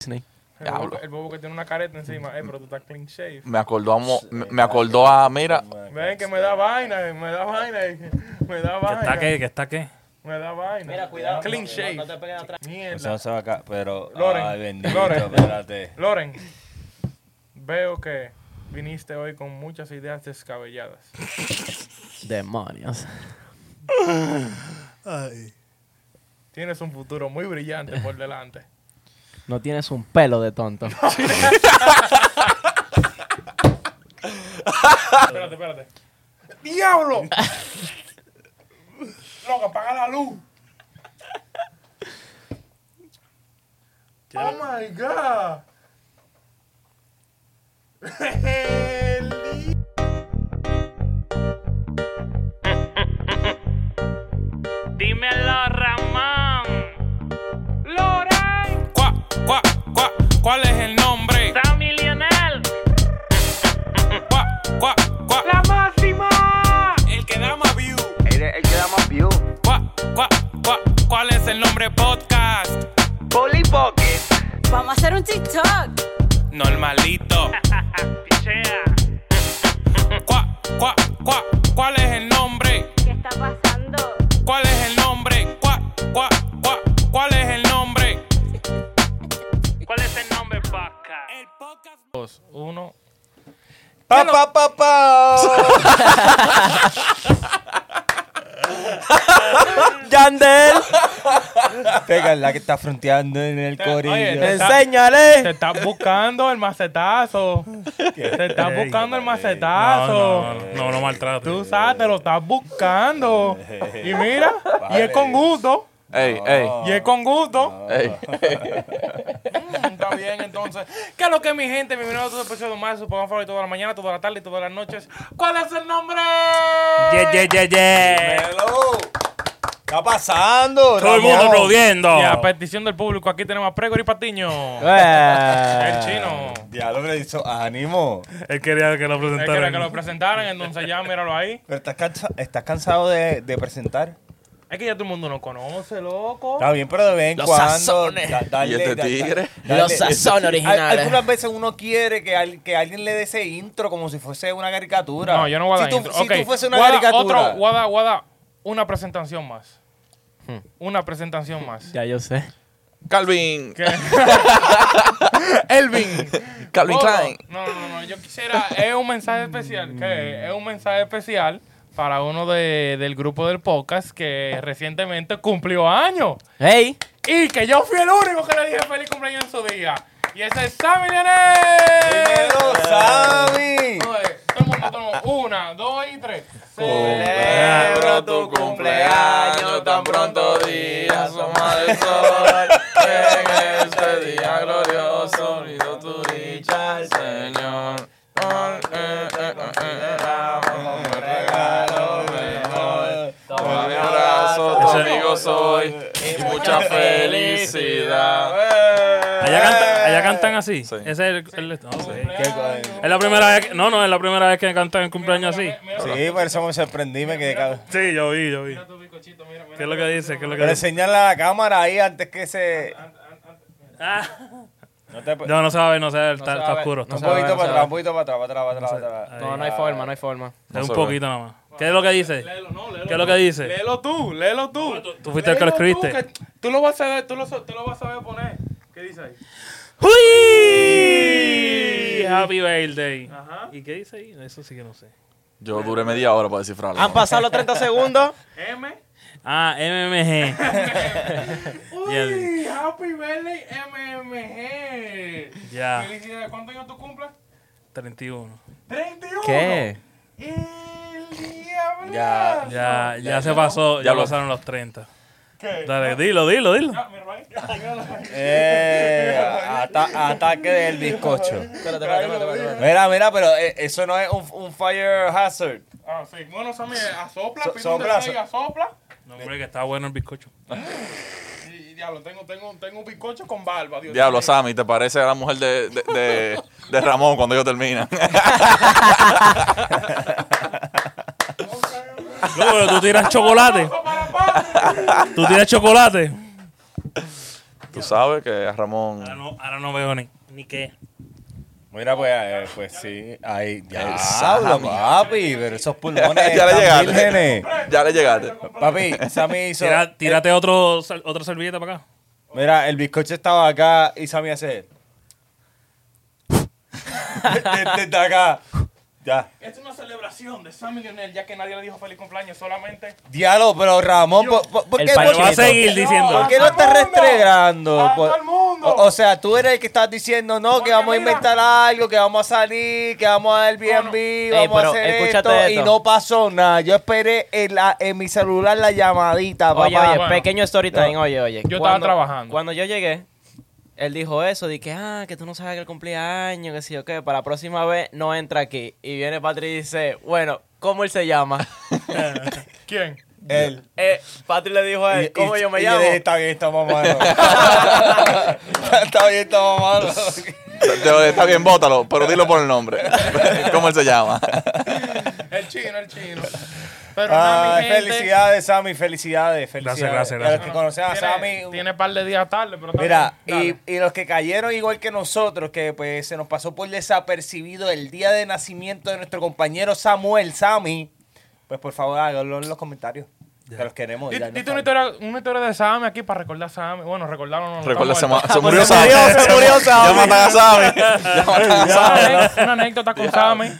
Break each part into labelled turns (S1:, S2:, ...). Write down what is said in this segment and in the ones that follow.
S1: Disney.
S2: El
S1: Diablo.
S2: bobo, que- el bobo que tiene una careta encima, eh, pero tú estás clean shave.
S1: Me acordó a, Mo- me me acordó a, mira,
S2: Ven, que me da vaina, eh, me da vaina, eh, me da
S3: ¿Que está
S2: vaina.
S3: qué? ¿Que está qué?
S2: Me da vaina.
S4: Mira, cuidado.
S2: Clean
S4: no,
S2: shave.
S4: No, no te pegues atrás.
S2: Mierda.
S5: O sea, se va acá, pero.
S2: Loren,
S5: ay, bendito,
S2: Loren.
S5: espérate.
S2: Loren, veo que viniste hoy con muchas ideas descabelladas.
S4: Demonios.
S2: Tienes un futuro muy brillante por delante.
S4: No tienes un pelo de tonto.
S2: espérate, espérate. ¡Diablo! Loco, apaga la luz. Oh my god. Eli.
S6: Dímelo, Ramón. Loray.
S7: Cuá, cuá, cuá, ¿cuál es el nombre?
S6: Sammy Lionel.
S7: Cuá, cuá, cuá,
S6: La máxima.
S7: el que da más view. El, que da más view. Cuá, cuá, cuá, ¿cuál es el nombre podcast?
S8: Vamos a hacer un TikTok.
S7: Normalito.
S6: Pichea.
S7: Cuá, cuá, cuá, ¿cuál es el nombre?
S8: ¿Qué está pasando?
S7: ¿Cuál es el nombre? Cuá, cuá, cuá, ¿cuál es el nombre?
S6: ¿Cuál es el nombre, Paca?
S7: El podcast.
S2: Dos, uno.
S5: ¡Pa, pa, pa, pa!
S4: ¡Yandel!
S5: Pégala que está fronteando en el corillo.
S2: oye, te- Te
S4: ¡Enséñale!
S2: estás buscando el macetazo. Te estás buscando el
S3: No,
S2: macetazo.
S3: no, no, no, no maltrates.
S2: Ah, Tú sabes, te lo estás buscando. Y mira, y es con gusto.
S1: ey, ey,
S2: Y es con gusto.
S1: ey.
S2: Mm, Está bien, entonces. ¿Qué es lo que es, mi gente? Bienvenidos a otro episodio más. de Su programa favorito toda la mañana, toda la tarde y todas las noches. ¿Cuál es el nombre?
S3: Yeah, yeah, yeah, yeah.
S5: Hello. ¿Está pasando?
S3: Todo el mundo
S5: Ramón?
S3: aplaudiendo.
S2: Y a petición del público, aquí tenemos a Gregory Patiño.
S4: Eh,
S2: El chino.
S5: Ah. Diablo, le hizo ánimo.
S3: Él quería que lo
S2: Él quería que
S3: presentaran.
S2: lo presentaran, entonces ya míralo ahí.
S5: Pero estás, cansa- estás cansado de, de presentar.
S2: Es que ya todo el mundo nos conoce, loco.
S5: Está bien, pero de vez en
S4: Los
S5: cuando.
S4: sazones.
S5: da- dale,
S1: ¿Y este
S5: da- da-
S1: tigre?
S5: dale.
S4: Los sazones
S5: Al-
S4: originales.
S5: Algunas veces uno quiere que, al- que alguien le dé ese intro como si fuese una caricatura.
S2: No, yo no voy a
S5: si
S2: dar
S5: tú,
S2: intro.
S5: Si
S2: Ok,
S5: tú fuese una
S2: voy a dar
S5: caricatura.
S2: Otro, voy a dar- voy a dar una presentación más. Una presentación más.
S4: ya yo sé.
S1: Calvin,
S2: ¿Qué? Elvin.
S1: Calvin
S2: Bobo.
S1: Klein.
S2: No, no, no. Yo quisiera. Es un mensaje especial. que Es un mensaje especial para uno de- del grupo del podcast que recientemente cumplió años.
S4: ¡Hey!
S2: Y que yo fui el único que le dije feliz cumpleaños en su día. Y ese es Sammy Leonel.
S5: Dímelo, Sammy.
S2: Oye, Todo el mundo, todo el mundo. Una, dos y tres.
S1: Celebro tu cumpleaños, tan pronto día asoma el sol. En este día glorioso brindó tu dicha al Señor. Oh, eh, eh, eh, eh, damos un regalo mejor. Toma mi abrazo, tu amigo soy, y mucha felicidad. Eh.
S3: Allá, canta- allá cantan así.
S1: Sí.
S3: Ese es el, el- no, sí.
S5: Qué co-
S3: Es la primera vez. que- no, no, es la primera vez que cantan en cumpleaños así.
S5: Sí, por eso me sorprendí, me quedé cagado.
S3: Sí, yo vi, yo vi.
S2: Tu bizcochito, mira, mira.
S3: ¿Qué es lo que dice? ¿Qué es lo que
S5: Pero
S3: dice?
S5: enseñala a la cámara ahí antes que se...
S3: Ah,
S5: No te...
S3: no, no sabe, no sabe, está,
S4: se va
S3: está
S4: a ver,
S3: oscuro.
S4: no
S3: está
S5: un
S4: se va a
S3: oscuro.
S4: ver.
S5: poquito
S4: no
S5: para atrás, un poquito para atrás, para atrás, para atrás.
S4: No, no hay forma, no hay forma.
S3: Es
S1: se
S3: un
S1: ve.
S3: poquito nada más. ¿Qué es lo que dice?
S2: Léelo, no, léelo
S3: ¿Qué es lo
S2: tú.
S3: que dice?
S2: Léelo tú, léelo tú. Tú,
S3: tú fuiste el que lo escribiste.
S2: Tú, que tú lo vas a saber, tú lo, sa- tú lo vas a saber poner. ¿Qué dice ahí?
S3: ¡Uy! Happy birthday. ¿Y qué dice ahí? Eso sí que no sé.
S1: Yo duré media hora para descifrarlo.
S4: ¿Han pasado los 30 segundos?
S2: M.
S3: Ah, MMG.
S2: Uy,
S3: Ya
S2: Happy Birthday MMG.
S3: Ya.
S2: Felicidades. ¿Cuántos años tú cumples?
S3: 31.
S2: 31.
S4: ¿Qué?
S2: El diablo.
S5: Ya,
S3: Ya, ya se pasó,
S1: Ya
S3: ya
S1: lo-
S3: pasaron los 30.
S2: ¿Qué?
S3: Dale, dilo, dilo, dilo.
S2: Ah, mira, ahí.
S5: Eh, ata- ataque del bizcocho.
S4: Espérate, espérate, espérate, espérate.
S5: Mira, mira, pero eh, eso no es un, un fire hazard.
S2: Ah, sí. Bueno, Sammy, asopla,
S5: So-
S2: pide un
S5: sopla,
S2: deseo y
S5: so-
S2: asopla.
S3: No, hombre, que está bueno el bizcocho.
S2: Y, y diablo, tengo, tengo, tengo un bizcocho con barba. Dios
S1: Diablo,
S2: mío.
S1: Sammy, ¿te parece a la mujer de, de, de- de Ramón cuando ellos terminan?
S3: No, pero tú tiras chocolate.
S2: Para, para, para.
S3: Tú tiras chocolate.
S1: Tú sabes que a Ramón.
S3: Ahora no, ahora no veo ni, ni qué.
S5: Mira, pues, eh, pues sí. Ay, ya.
S1: Sami.
S5: papi. Pero esos
S1: Ya,
S5: pulmones.
S1: le
S5: están
S1: llegaste.
S5: vírgenes.
S1: Ya le llegaste.
S5: Papi, Sammy hizo.
S3: Tira- tírate otro, sal- otra servilleta para acá.
S5: Mira, el bizcocho estaba acá y Sammy hace. este está acá. Ya.
S2: Es una celebración de Sammy Lionel, ya que nadie le dijo feliz cumpleaños, solamente.
S5: Diablo, pero Ramón, ¿por, por- por
S4: El
S5: qué,
S4: palo
S3: Lo va a
S4: Chiquito.
S3: seguir diciendo.
S5: por qué no te
S2: ¡Al mundo!
S5: restregando?
S2: ¡A
S5: Por-
S2: todo el mundo!
S5: O, o sea, tú eres el que estás diciendo, no, que
S2: Porque
S5: vamos a
S2: mira-
S5: inventar algo, que vamos a salir, que vamos a Airbnb, vamos
S4: pero
S5: a hacer
S4: escúchate
S5: esto,
S4: esto.
S5: y no pasó nada. Yo esperé en, la- en mi celular la llamadita,
S4: Oye,
S5: papá.
S4: oye,
S2: Bueno.
S4: pequeño story time, oye, oye.
S2: Yo estaba trabajando.
S4: Cuando yo llegué, él dijo eso, dije, ah, que tú no sabes que el cumpleaños, que sí o qué, para la próxima vez no entra aquí. Y viene Patrick y dice, bueno, ¿cómo él se llama?
S2: ¿Quién?
S5: Él.
S4: eh, Patrick le dijo a él, ¿cómo yo me
S5: y
S4: llamo?
S5: dije, está bien, está mamado. está bien, está mamado.
S1: Te- Está bien, bótalo, pero dilo por el nombre. ¿Cómo él se llama?
S2: El chino, el chino. Pero nada, mi
S5: Ay,
S2: gente,
S5: felicidades, Sammy, felicidades, felicidades.
S3: gracias,
S5: Y a los
S3: gracias.
S5: que conocen a Sammy,
S2: Tiene, tiene par de días tarde, pero está
S5: Mira,
S2: bien, dale.
S5: y, y los que cayeron igual que nosotros, que pues se nos pasó por desapercibido el día de nacimiento de nuestro compañero Samuel Sammy, pues por favor háganlo en los comentarios. Que los queremos.
S2: Di-
S5: ya,
S2: Dite
S5: no
S2: una historia, una historia de Sammy aquí para recordar a Sammy. Bueno, recordarlo no. Ah, no,
S1: Recuerda, se,
S2: está
S1: ma-
S2: muerto.
S1: se murió
S5: se
S1: Sammy.
S5: murió, se murió
S1: Ya
S5: Sammy.
S1: matan a Sammy. Ya
S2: pues,
S1: matan a Sammy.
S2: Una anécdota- Una anécdota con Sammy.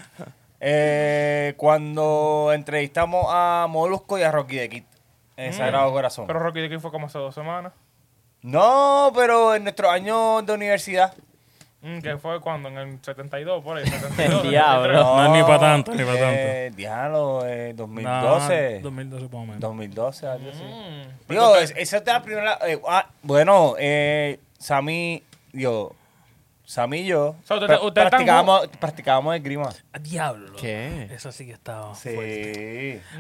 S5: Eh, cuando entrevistamos a Molusco y a Rocky de Kid en Sagrado Corazón.
S2: Mm. Pero Rocky de aquí fue como hace dos semanas.
S5: No, pero en nuestro año de universidad.
S2: Mm, que fue cuando, en el 72, por ahí.
S4: El
S2: 72,
S4: diablo.
S3: No, es ni para tanto, ni para tanto.
S5: Eh, diablo, eh,
S3: No,
S5: 2012.
S3: 2012 por lo menos.
S5: 2012, algo así.
S2: Mm.
S5: Digo, es- esa es la primera. eh, ah, bueno, eh, Sammy, yo, Sammy y yo
S2: sea, usted-
S5: pra-
S2: usted está
S5: practicábamos, practicábamos esgrima.
S3: Ah, Diablo.
S4: ¿Qué?
S3: Eso sí que estaba.
S5: Sí.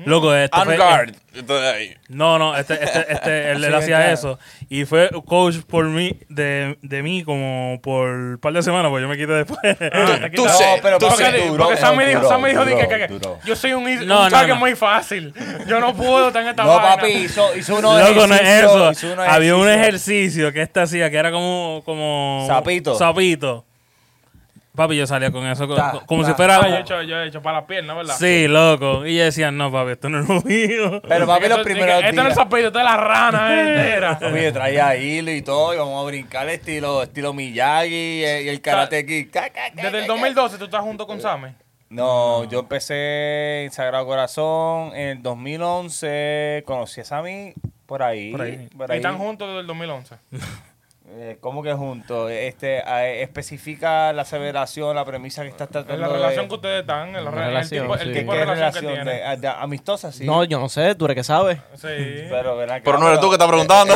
S3: Loco, esto fue-
S1: Vanguard. Entonces, ahí.
S3: No, no, este, este, este, él, él
S5: Sí,
S3: hacía
S5: claro.
S3: eso. Y fue coach por mí, de, de mí como por un par de semanas, pues yo me quité después.
S2: Ah,
S1: Tú
S2: no,
S1: sé,
S5: pero
S1: tú
S5: porque-
S1: sé.
S2: Porque,
S5: duró,
S2: porque Sammy
S5: no,
S2: dijo,
S5: duró,
S2: Sammy dijo di que, que- que
S5: duró, duró.
S2: yo soy un, un
S3: No, no,
S2: target
S3: no.
S2: muy fácil. Yo no puedo estar en esta
S5: No,
S2: vaina.
S5: papi, hizo, hizo uno
S3: Loco, no es
S5: ejercicio,
S3: eso.
S5: hizo uno
S3: Había un
S5: ejercicio.
S3: ejercicio que esta hacía que era como. como
S5: Sapito.
S3: Sapito. Papi, yo salía con eso co-
S5: Ta,
S3: co- como
S5: ta,
S3: si fuera.
S2: Ah, yo he hecho, yo he hecho para la pierna, ¿verdad?
S3: Sí, loco. Y yo decía, no, papi, esto no es lo
S5: Pero
S3: mío.
S2: Porque
S5: papi, los
S2: esto-
S5: primeros
S2: dije, Esto no es
S5: días.
S2: apellido, esto es la rana entera.
S5: Papi, yo traía hilo y todo, y vamos a brincar estilo, estilo Miyagi eh, y el karate kid. Ca, ca, ca,
S2: Desde el
S5: ca, ca.
S2: 2012 tú estás junto con Sammy.
S5: No, yo empecé en Sagrado Corazón en el 2011. Conocí a Sammy por ahí.
S3: Por ahí.
S5: por
S2: Y
S5: ahí.
S2: están juntos desde el 2011.
S5: Eh, ¿Cómo que juntos? Este, eh, especifica la aseveración, la premisa que estás tratando.
S2: En la
S5: de-
S2: relación que ustedes están, en la re- el
S4: relación,
S2: tipo,
S4: sí.
S2: el tipo
S5: ¿Qué
S2: de relación,
S5: relación?
S2: que
S5: De-
S2: tienen.
S5: ah, de- amistosa, sí.
S4: No, yo no sé, tú eres que sabes.
S2: Sí.
S5: pero, ven acá,
S1: Pero no eres tú que estás preguntando.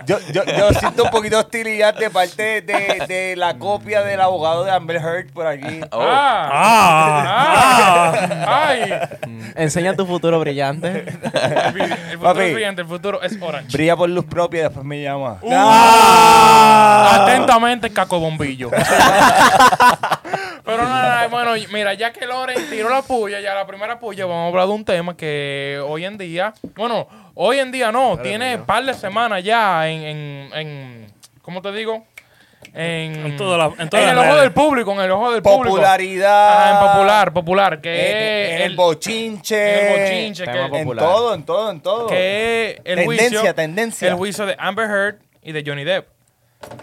S5: yo, yo, yo siento un poquito hostilidad de parte de, de la copia del abogado de Amber Heard por aquí.
S1: Oh.
S3: ¡Ah! ¡Ah!
S2: ¡Ay!
S4: Mm. Enseña tu futuro brillante.
S2: El, vi- el futuro
S5: Papi.
S2: es brillante, el futuro es orange.
S5: Brilla por luz propia y después me llama.
S2: Uh.
S5: Ah.
S2: Atentamente, Caco Bombillo. Pero nada, bueno, mira, ya que Loren tiró la puya, ya la primera puya, vamos a hablar de un tema que hoy en día, bueno, hoy en día no, tiene un par de semanas ya en, en, en- ¿cómo te digo? En,
S3: En todas las- en todas
S2: en el
S3: las
S2: ojo
S3: redes.
S2: del público, en el ojo del público.
S5: Popularidad. Eh,
S2: Ajá, en popular, popular, que
S5: En,
S2: es
S5: en el bochinche.
S2: el bochinche, que-
S4: Tema
S5: En
S4: popular.
S5: todo, en todo, en todo.
S2: que es el
S5: Tendencia,
S2: juicio,
S5: tendencia.
S2: el juicio de Amber Heard y de Johnny Depp.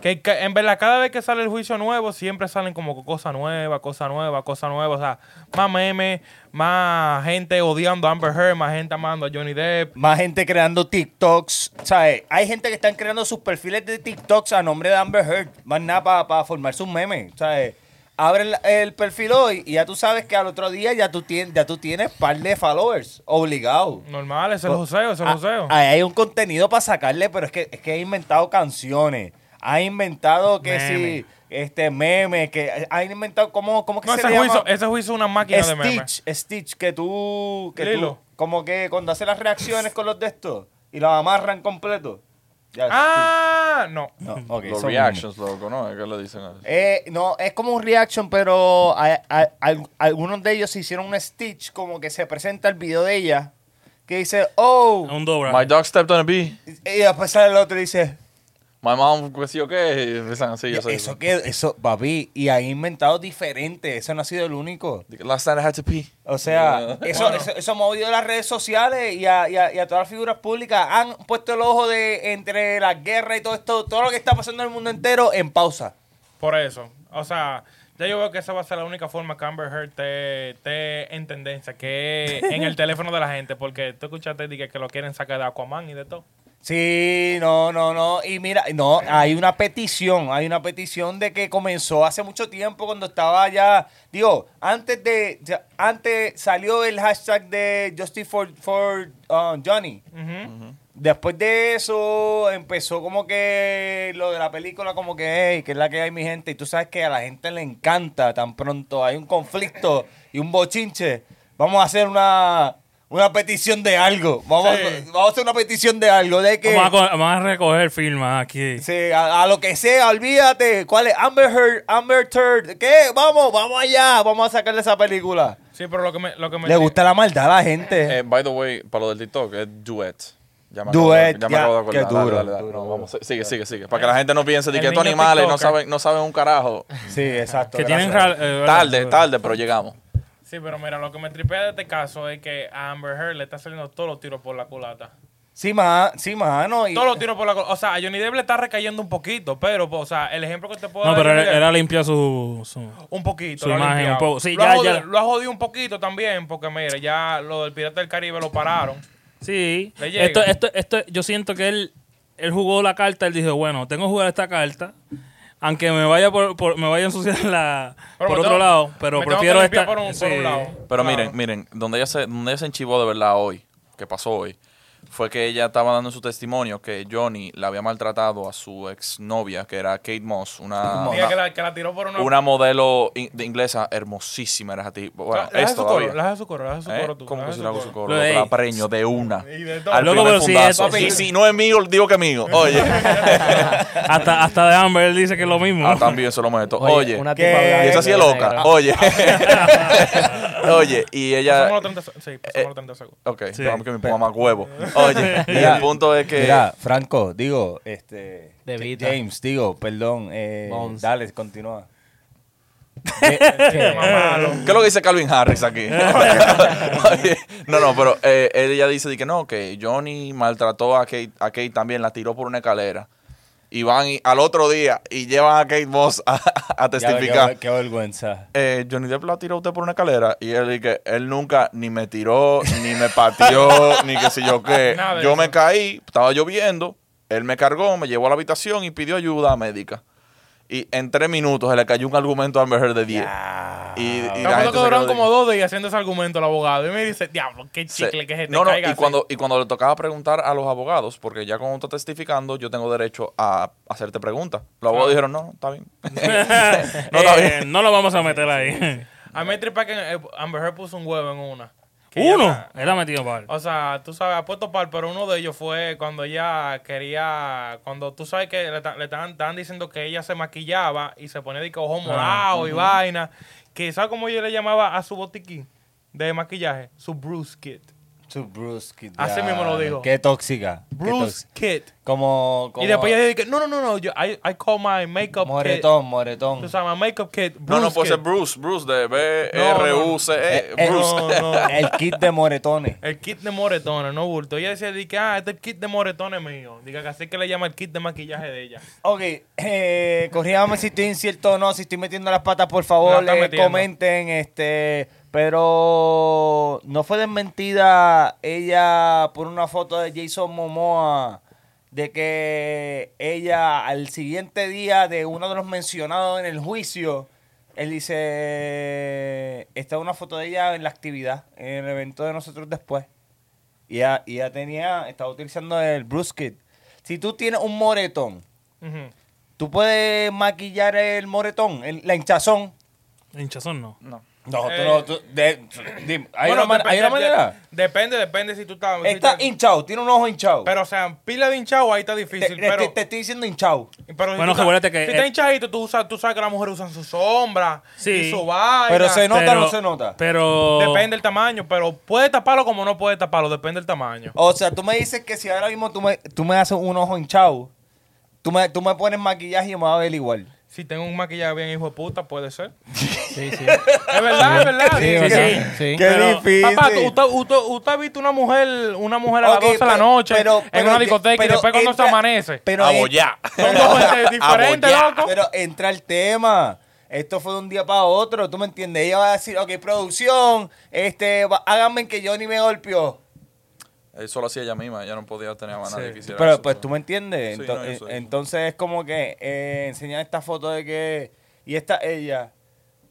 S2: Que ca- en verdad cada vez que sale el juicio nuevo siempre salen como co- cosa nueva, cosa nueva, cosa nueva, o sea, más memes, más gente odiando a Amber Heard, más gente amando a Johnny Depp.
S5: Más gente creando TikToks. ¿Sabes? Hay gente que están creando sus perfiles de TikToks a nombre de Amber Heard. Más nada para formar sus memes. ¿Sabes? Abren la- el perfil hoy y ya tú sabes que al otro día ya tú, tien- ya tú tienes par de followers. Obligado.
S2: Normal, ese es el joseo, ese es el
S5: Ah,
S2: joseo.
S5: Ahí hay un contenido para sacarle, pero es que, es que ha inventado canciones. Ha inventado que si este meme, que ha inventado cómo, cómo que
S2: No,
S5: se
S2: ese
S5: le
S2: juicio,
S5: llama?
S2: ese juicio es una máquina de memes.
S5: Stitch, Stitch, que tú, que
S2: Lilo.
S5: tú, como que cuando hace las reacciones con los de estos y los amarran completo. Ya,
S2: Ah, no.
S5: Stitch. no, ok,
S1: Los
S5: son-
S1: reactions, loco, ¿no? Es que le dicen a
S5: Eh, no, es como un reaction, pero a- a- al- algunos de ellos se hicieron un Stitch, como que se presenta el video de ella que dice, oh,
S3: Un dobra.
S1: My dog stepped on a bee.
S5: y después sale el otro y dice,
S1: My mom, qué sé yo qué. Y empiezan así, yo sé.
S5: eso que, eso, papi, y ha inventado diferente, eso no ha sido el único.
S1: Last night I had to pee.
S5: O sea, eso, eso, eso ha movido las redes sociales y a, y a- y a todas las figuras públicas. Han puesto el ojo de entre la guerra y todo esto, todo lo que está pasando en el mundo entero en pausa.
S2: Por eso. O sea, ya yo veo que esa va a ser la única forma que Amber Heard esté esté en tendencia, que es en el teléfono de la gente, porque tú escuchaste dije, que lo quieren sacar de Aquaman y de todo.
S5: Sí, no, no, no. Y mira, no, hay una petición, hay una petición de que comenzó hace mucho tiempo cuando estaba ya, digo, antes de, ya- antes salió el hashtag de Justice for, for uh, Johnny. Después de eso empezó como que lo de la película como que, hey, que es la que hay mi gente. Y tú sabes que a la gente le encanta tan pronto hay un conflicto y un bochinche. Vamos a hacer una, una petición de algo. Vamos,
S2: Sí.
S5: vamos a hacer una petición de algo. De que,
S3: Vamos a, co- vamos a recoger firmas aquí.
S5: Sí, a, a lo que sea, olvídate. ¿Cuál es? Amber Heard, Amber Heard. ¿Qué? Vamos, vamos allá. Vamos a sacarle esa película.
S2: Sí, pero lo que me... Lo que me
S5: Le gusta la maldad a la gente.
S1: Eh, by the way, para lo del TikTok, es duet. Ya me acabo
S5: Duet,
S1: de- ya me
S5: ya,
S1: acabo de acordar.
S5: qué
S1: Dale,
S5: duro,
S1: dale, dale.
S5: duro, Eh.
S1: No,
S5: duro.
S1: vamos, sigue, sigue, sigue. Para que la gente no piense de
S2: El
S1: que estos
S2: niño
S1: animales no
S2: TikToker.
S1: saben, no saben un carajo.
S5: Sí, exacto.
S3: Que tienen
S5: gracias.
S3: ra- eh,
S1: Tarde,
S3: eh,
S1: tarde, pero llegamos.
S2: Sí, pero mira, lo que me tripea de este caso es que a Amber Heard le está saliendo todos los tiros por la culata.
S5: Sí, ma, sí, mano. y-
S2: Todos los tiros por la culata. O sea, a Johnny Depp le está recayendo un poquito, pero, o sea, el ejemplo que te puedo
S3: No,
S2: dar...
S3: pero
S2: es
S3: era,
S2: Johnny Depp.
S3: era limpia su. su-
S2: Un poquito.
S3: Su
S2: lo ha
S3: imagen,
S2: limpiado.
S3: un poco. Sí,
S2: lo,
S3: ya,
S2: ha jodido,
S3: ya.
S2: lo ha jodido un poquito también, porque mira, ya lo del Pirata del Caribe lo pararon.
S3: Sí.
S2: Le llega.
S3: Esto, esto, esto, yo siento que él, él jugó la carta. Él dijo, bueno, tengo que jugar esta carta. Aunque me vaya por, por- me vaya a ensuciar la,
S2: Pero
S3: por
S2: me
S3: otro
S2: tengo-
S3: lado. Pero
S2: me tengo que
S3: prefiero
S2: limpiar
S3: esta.
S2: Por un, por
S3: sí.
S2: un lado. Claro.
S1: Pero miren, miren, donde ella, se, donde ella se enchivó de verdad hoy, que pasó hoy, fue que ella estaba dando su testimonio que Johnny la había maltratado a su exnovia, que era Kate Moss, una,
S2: Dije que
S1: una,
S2: la, que la tiró por una.
S1: una modelo in- de inglesa hermosísima. Era a ti. Bueno,
S2: La- la hace
S1: es
S2: su coro,
S1: todavía.
S2: la hace su coro, la hace su
S1: ¿Eh?
S2: coro tú.
S1: ¿Cómo
S2: la
S1: que
S2: hace
S1: si le hago su
S2: coro.
S1: coro?
S3: Lo de
S1: La
S3: ahí.
S1: preño de una.
S2: Y de todo.
S1: Al
S3: Loco,
S1: primer
S3: pero si
S1: fundazo.
S3: eso-
S1: Y si no es mío, digo que es mío. Oye.
S3: Hasta, hasta de Amber él dice que es lo mismo.
S1: ah, también se lo meto. Oye.
S4: una
S5: ¿qué?
S4: tipa blanca
S1: Y esa sí es
S4: que
S1: loca. Oh.
S4: negra.
S1: Oye. Oye, y ella...
S2: Pasamos los 30 se-
S1: eh,
S2: Sí, pasamos los 30 segundos.
S1: Ok,
S3: Sí.
S1: vamos que me ponga más huevo. Oye, y el punto es que...
S5: Mira, Franco, digo, este.
S4: De Vita.
S5: James, digo, perdón. Eh,
S4: Bones.
S5: dale, continúa.
S1: eh,
S2: Qué malo.
S1: ¿Qué es lo que dice Calvin Harris aquí? Oye, no, no, pero eh, él- ella dice de que no, que Johnny maltrató a Kate, a Kate también, la tiró por una escalera. Y van y- al otro día y llevan a Kate Moss a, a
S5: Ya, qué-
S1: testificar.
S5: Qué, vergüenza.
S1: Eh, Johnny Depp la tiró a usted por una escalera y él dice, él nunca ni me tiró, ni me pateó, ni qué sé yo qué.
S2: Nada de
S1: yo
S2: eso.
S1: me caí, estaba lloviendo, él me cargó, me llevó a la habitación y pidió ayuda médica. Y en tres minutos se le cayó un argumento a Amber Heard de 10. Y, y la
S2: Me acuerdo
S1: gente
S2: que
S1: se
S2: duraron
S1: quedó de-
S2: como dos días haciendo ese argumento el abogado. Y me dice, diablo, qué
S1: se-
S2: chicle que es este.
S1: no, no,
S2: caiga
S1: y
S2: así".
S1: cuando, y cuando le tocaba preguntar a los abogados, porque ya cuando está testificando, yo tengo derecho a hacerte preguntas. Los abogados dijeron, no, no, está bien. no, está
S3: Eh,
S1: bien.
S3: no lo vamos a meter ahí.
S2: A mí me tripa que eh, Amber Heard puso un huevo en una. Que ella
S3: Uno.
S2: la-
S3: Él ha metido par.
S2: O sea, tú sabes, ha puesto par, pero uno de ellos fue cuando ella quería, cuando tú sabes que le, ta- le estaban, estaban diciendo que ella se maquillaba y se ponía de que ojo
S1: Ah,
S2: morado y vaina, que ¿sabes cómo yo le llamaba a su botiquín de maquillaje? Su Bruce Kit.
S5: Su Bruce Kid.
S2: Así
S5: ya.
S2: mismo lo digo.
S5: Qué tóxica. qué
S2: Bruce
S5: tóxica.
S2: Kit.
S5: Como, como.
S2: Y después ella dice que, no, no, no, no, yo, I, I call my makeup
S5: Moretón,
S2: kit.
S5: moretón.
S2: Tú sabes, my makeup kit.
S1: No,
S2: Bruce
S1: no, puede ser
S2: Kit.
S1: Bruce, Bruce de
S5: Eh,
S1: E, B-R-U-C-E.
S5: eh,
S1: Bruce.
S2: No, no.
S5: El kit de moretones.
S2: El kit de moretones, no bulto. Ella decía, di que, ah, este es el kit de moretones mío. Diga que así que le llama el kit de maquillaje de ella.
S5: Ok, eh, corríjame si estoy incierto o no, si estoy metiendo las patas, por favor,
S2: La está
S5: eh,
S2: metiendo.
S5: comenten, este, pero no fue desmentida ella por una foto de Jason Momoa de que ella al siguiente día de uno de los mencionados en el juicio, él dice, está una foto de ella en la actividad, en el evento de nosotros después. Y ella, y ella tenía, estaba utilizando el brusket. Si tú tienes un moretón,
S2: Ujú.
S5: Tú puedes maquillar el moretón, el- la hinchazón.
S3: Hinchazón no.
S1: No.
S5: No,
S2: Eh.
S5: tú no. tú- de- dime, ¿hay,
S2: Bueno,
S5: una man- ¿Hay una
S2: depende-
S5: manera?
S2: de- depende, depende si tú estás. si
S5: Está
S2: estás-
S5: hinchado, tiene un ojo hinchado.
S2: pero, o sea, pila de hinchado ahí está
S5: te,
S2: difícil.
S5: te-
S2: pero,
S5: te- te estoy diciendo hinchado.
S2: pero si
S3: Bueno,
S2: tú estás-
S3: recuérdate que-
S2: Si estás
S3: eh,
S2: hinchadito, tú, usas- tú sabes que las mujeres usan su sombra
S3: Sí.
S2: y su vaina.
S5: Pero se nota o no se nota.
S3: Pero.
S2: Depende del tamaño, pero puede taparlo como no puede taparlo, depende del tamaño.
S5: O sea, tú me dices que si ahora mismo tú me, tú me haces un ojo hinchado, tú me, tú me pones maquillaje y me va a ver igual.
S2: Si tengo un maquillaje bien hijo de puta, puede ser.
S4: Sí, sí.
S2: Es verdad, es verdad.
S4: Sí,
S3: sí,
S4: sí.
S3: sí.
S4: sí.
S5: Qué
S3: Pero,
S5: difícil.
S2: Papá, ¿tú, usted, usted, usted ha visto una mujer, una mujer a las
S5: Ok,
S2: 12 de la
S5: pero-
S2: noche
S5: pero-
S2: en
S5: pero-
S2: una discoteca y
S5: pero
S2: después cuando
S5: entra-
S2: se amanece?
S5: Pero, en-
S1: Abollá.
S2: Son dos gente diferentes,
S1: Abollá.
S2: loco.
S5: pero entra el tema. Esto fue de un día para otro, ¿tú me entiendes? Ella va a decir, ok, producción, este, va- háganme que Johnny me golpeó.
S1: Eso lo hacía ella misma, ella no podía tener a nadie que hiciera
S5: Pero
S1: eso,
S5: pues
S1: so.
S5: tú me entiendes.
S1: Sí,
S5: Ento-
S1: no, yo soy-
S5: eh, entonces es como que eh, enseñan esta foto de que. Y esta ella.